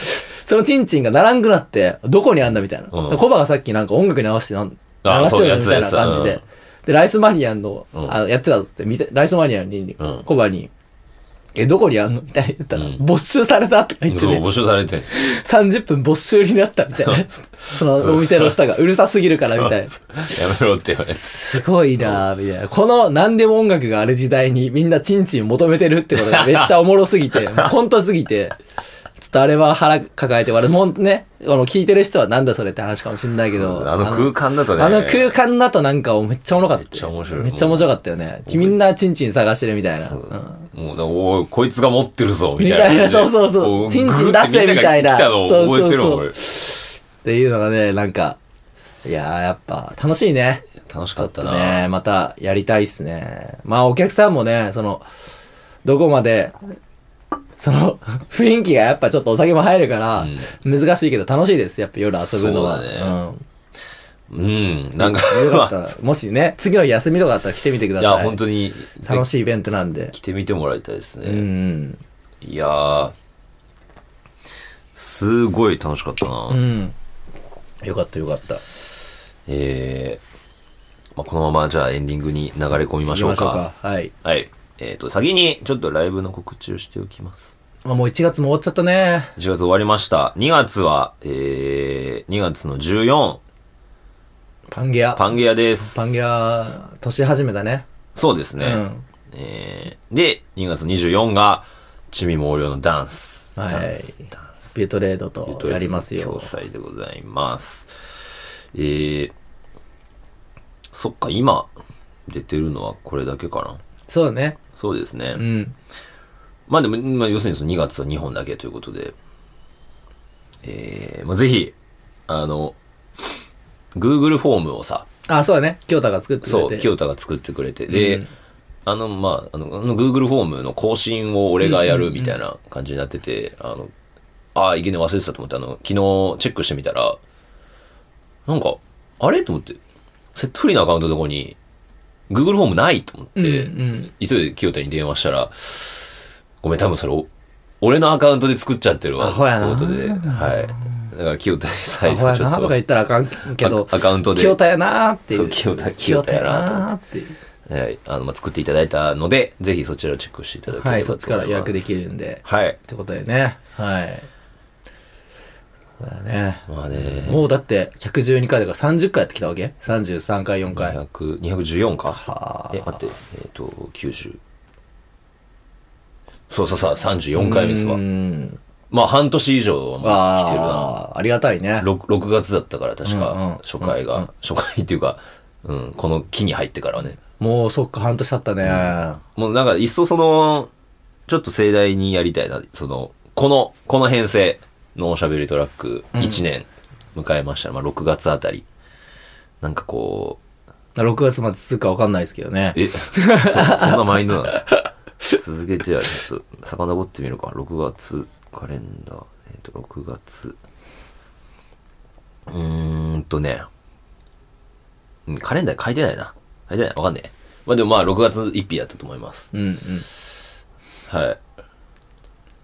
Speaker 1: そのチンチンがならんくなって、どこにあんだみたいな。
Speaker 2: うん
Speaker 1: コバがさっきなんか音楽に合わせてなん
Speaker 2: あ
Speaker 1: 鳴らしてるみたいな
Speaker 2: そうや
Speaker 1: 感
Speaker 2: って
Speaker 1: じ
Speaker 2: たやつ
Speaker 1: で。で、ライスマニアンの、
Speaker 2: うん
Speaker 1: あのやってたっつって、見てライスマニアンに
Speaker 2: うん、
Speaker 1: コバに、え、どこにあんのみたいな言ったら、
Speaker 2: うん
Speaker 1: 没収されたって言って
Speaker 2: そう、
Speaker 1: て、
Speaker 2: 募集されてん。
Speaker 1: 30分没収になったみたいな。そのお店の下がうるさすぎるからみたいな。
Speaker 2: やめろって言われて。
Speaker 1: すごいなぁ、みたいな。この何でも音楽がある時代にみんなチンチンを求めてるってことがめっちゃおもろすぎ て、もうコントすぎて、ちょっとあれは腹抱えて、俺もんね、あの、聞いてる人はなんだそれって話かもしんないけど。
Speaker 2: あの空間だとね。
Speaker 1: あの空間だとなんかめっちゃおもろかったよ。
Speaker 2: めっちゃ面白い
Speaker 1: めっちゃ面白かったよね。みんなチンチン探してるみたいな。うん
Speaker 2: もうだ、おい、こいつが持ってるぞ、み
Speaker 1: み
Speaker 2: たいな
Speaker 1: た
Speaker 2: 感
Speaker 1: い
Speaker 2: じで。
Speaker 1: な、そうそうそう。チンチン出せみたいな。
Speaker 2: 来たの
Speaker 1: そう
Speaker 2: 覚
Speaker 1: そ
Speaker 2: え
Speaker 1: う
Speaker 2: てるもん、
Speaker 1: そう。
Speaker 2: 俺
Speaker 1: っ。ていうのがね、なんか、いやーやっぱ楽しいね。
Speaker 2: 楽し
Speaker 1: ち
Speaker 2: か
Speaker 1: ょっ
Speaker 2: った
Speaker 1: と
Speaker 2: な。
Speaker 1: ね、またやりたいっすね。まあお客さんもね、その、どこまで、その、 雰囲気がやっぱちょっとお酒も入るから、難しいけど楽しいです。やっぱ夜遊ぶのは。
Speaker 2: そうだね
Speaker 1: ん
Speaker 2: うん、なんか、
Speaker 1: よかったら、もしね、次の休みとかあったら来てみてくだ
Speaker 2: いや、
Speaker 1: さい。
Speaker 2: 本当に、
Speaker 1: 楽しいイベントなんで
Speaker 2: 来。てみてもらいたいですね。
Speaker 1: うん。
Speaker 2: いやー、すごい楽しかったな。
Speaker 1: うん。よかったよかった。
Speaker 2: えーまあ、このままじゃあエンディングに流れ込みま
Speaker 1: 行
Speaker 2: し
Speaker 1: き
Speaker 2: ょう
Speaker 1: ま
Speaker 2: か。
Speaker 1: しょうか。はい。
Speaker 2: はい。えっ、と、先にちょっとライブの告知をしておきます。
Speaker 1: まあもう1月も終わっちゃったね。
Speaker 2: 1月終わりました。2月は、えー、2月の14、
Speaker 1: パンゲア。
Speaker 2: パンゲアです。
Speaker 1: パンゲア、年始めだね。
Speaker 2: そうです
Speaker 1: う
Speaker 2: ね。
Speaker 1: ん。
Speaker 2: えーで、2月24が、ちみ毛量のダンス。
Speaker 1: はい
Speaker 2: ダンスダンス
Speaker 1: ビュートレードとやりますよ
Speaker 2: 共。催でございます。えー、そっか、今、出てるのはこれだけかな。
Speaker 1: そうだね。
Speaker 2: そうですね。
Speaker 1: うん。
Speaker 2: まあでも、まあ、要するにその2月は2本だけということで、えー、まあぜひ、あの、Google フォームをさ、
Speaker 1: あ、そうだね。京太が作ってくれ
Speaker 2: そ
Speaker 1: て。
Speaker 2: う、清田が作ってくれて、で、あの、まあ、あの、あの Google フォームの更新を俺がやるみたいな感じになってて、あの、ああ、いけね忘れてたと思って、あの、昨日チェックしてみたら、なんか、あれと思って、セットフリーのアカウントのとこに、Google フォームないと思って、
Speaker 1: うんうん
Speaker 2: 急いで清田に電話したら、ごめん、多分それ、お俺のアカウントで作っちゃってるわ。
Speaker 1: アホやな
Speaker 2: ってことで、はい。だから清田にサ
Speaker 1: ア
Speaker 2: イ
Speaker 1: ホ
Speaker 2: ト
Speaker 1: や
Speaker 2: ちょ
Speaker 1: な
Speaker 2: っ
Speaker 1: とか
Speaker 2: と
Speaker 1: 言ったらあかんけど、
Speaker 2: アアカウントで
Speaker 1: 清田やなーっていう。
Speaker 2: そう清田清田やなーと思って
Speaker 1: ーっていう。
Speaker 2: はい、あの、まあ、作っていただいたので、ぜひそちらをチェックしていただければ
Speaker 1: はい、そっちから予約でき
Speaker 2: る。
Speaker 1: るんで。
Speaker 2: はい
Speaker 1: っ。てことでね。はい。そうだね。
Speaker 2: まあね、
Speaker 1: もうだって112回だから30回やってきたわけ ?33 回、4回。
Speaker 2: 200 214
Speaker 1: は
Speaker 2: か。え、待って、えっ、と、90。そうそうそう、34回目ですわ
Speaker 1: う。ん。
Speaker 2: まあ、半年以上はもう来てるな。
Speaker 1: ああ、ありがたいね。
Speaker 2: 6, 6月だったから、確か、
Speaker 1: うんうん
Speaker 2: 初回が、初回っていうか、うん、この期に入ってからはね。
Speaker 1: もうそっか、半年経ったね。
Speaker 2: もうなんか、いっそその、ちょっと盛大にやりたいな、その、この、この編成のおしゃべりトラック、1年迎えました、まあ、6月あたり。なんかこ
Speaker 1: 6月まで続くかわかんないですけどね
Speaker 2: う、。え、 そそんなマインドなの続けては、ちょっと、遡ってみるか。6月、カレンダー、えっ、と、6月。うーんとね、うんカレンダー書いてないな。書いてないわかんねえ。まあでもまあ、6月1日だったと思います。
Speaker 1: うんうん。
Speaker 2: はい。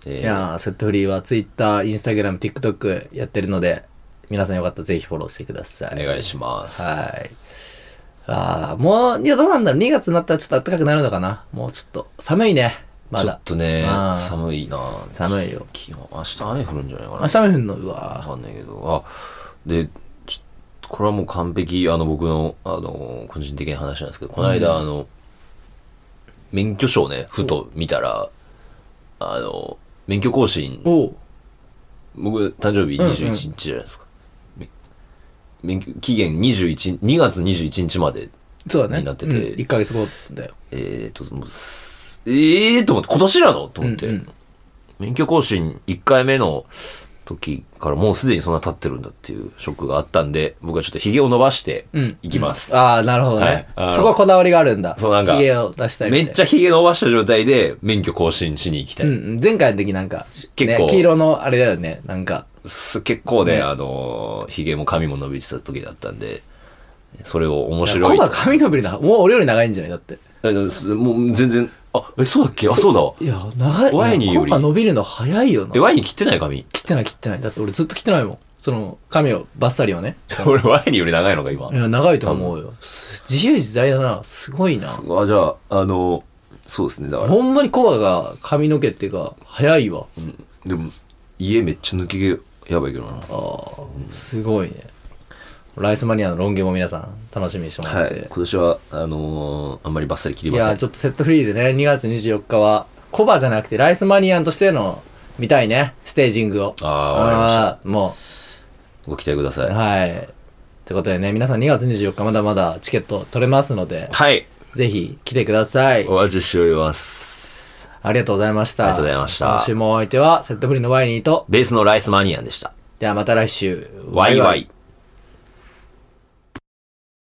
Speaker 2: えー
Speaker 1: いやーセットフリーは Twitter、Instagram、TikTok やってるので、皆さんよかったらぜひフォローしてください。
Speaker 2: お願いします。
Speaker 1: はい。ああ、もう、いや、どうなんだろう。2月になったらちょっと暖かくなるのかな。もうちょっと、寒いね。ま
Speaker 2: ちょっ
Speaker 1: だ。
Speaker 2: とね
Speaker 1: あ、ー
Speaker 2: 寒いな
Speaker 1: 寒いよ。
Speaker 2: 気温、明日雨降るんじゃないかな
Speaker 1: あ、。寒いの、う
Speaker 2: わ
Speaker 1: わ
Speaker 2: かんないけど。あ、で、ちょこれはもう完璧、あの、僕の、あの、個人的な話なんですけど、この間、あの、免許証ね、ふと見たら、あの、免許更新
Speaker 1: ー、おう
Speaker 2: 僕、誕生日21日じゃないですか。め免許、期限21、2月21日まで、
Speaker 1: そうだね。
Speaker 2: になってて
Speaker 1: うん、1ヶ月後だよ。
Speaker 2: えーと、もうすえーと思って、今年なのと思って、
Speaker 1: うんうん
Speaker 2: 免許更新1回目の時からもうすでにそんな経ってるんだっていうショックがあったんで、僕はちょっと髭を伸ばして
Speaker 1: うん
Speaker 2: いきます。
Speaker 1: ああ、なるほどね。
Speaker 2: はいあの
Speaker 1: そこはこだわりがあるんだ。
Speaker 2: そうなんか
Speaker 1: 髭を出したい
Speaker 2: めっち
Speaker 1: ゃ。
Speaker 2: ゃ髭伸ばした状態で免許更新しに行きたい。
Speaker 1: うんうん、前回の時なんか、
Speaker 2: 結構
Speaker 1: ね、黄色のあれだよね、なんか。
Speaker 2: す結構ね、
Speaker 1: ね
Speaker 2: あのー、髭も髪も伸びてた時だったんで、それを面
Speaker 1: コ
Speaker 2: 白い
Speaker 1: バ髪伸びるな。もう俺より長いんじゃないだって。
Speaker 2: え。もう全然、あ、え、そうだっけあ、そうだわ。
Speaker 1: いや、長い。
Speaker 2: ワイニーより
Speaker 1: コバ伸びるの早いよな
Speaker 2: え、。ワイン切ってない髪
Speaker 1: 切ってない切ってない。だって俺ずっと切ってないもん。その、髪をバッサリをね。
Speaker 2: 俺ワインより長いのか、今
Speaker 1: い。や、長いと思うよ。す自由自在だな。すごいな。
Speaker 2: あ、じゃあ、あのー、そうですね、だから。
Speaker 1: ほんまにコバが髪の毛っていうか、早いわ。
Speaker 2: でも、家めっちゃ抜き毛やばいけどな。
Speaker 1: ああ、すごいね。ライスマニアの論言も皆さん楽しみにしてもら
Speaker 2: は
Speaker 1: っ
Speaker 2: い。
Speaker 1: て。
Speaker 2: 今年は、あのーあんまりバッサリ切り
Speaker 1: い
Speaker 2: ません。
Speaker 1: や、ちょっとセットフリーでね、2月24日は、コバじゃなくてライスマニアンとしての、見たいね、ステージングを。
Speaker 2: ああわかりました
Speaker 1: ああも
Speaker 2: ご期待くださ
Speaker 1: う、
Speaker 2: い。
Speaker 1: はい。ってことでね、皆さん2月24日まだまだチケット取れますので、
Speaker 2: はい。
Speaker 1: ぜひ来てください
Speaker 2: お。待ちしております。
Speaker 1: ありがとうございました。
Speaker 2: ありがとうございました
Speaker 1: 今週もお相手は、セットフリーのワイニーと、
Speaker 2: ベースのライスマニアンでした。
Speaker 1: ではまた来週。
Speaker 2: ワイワイ。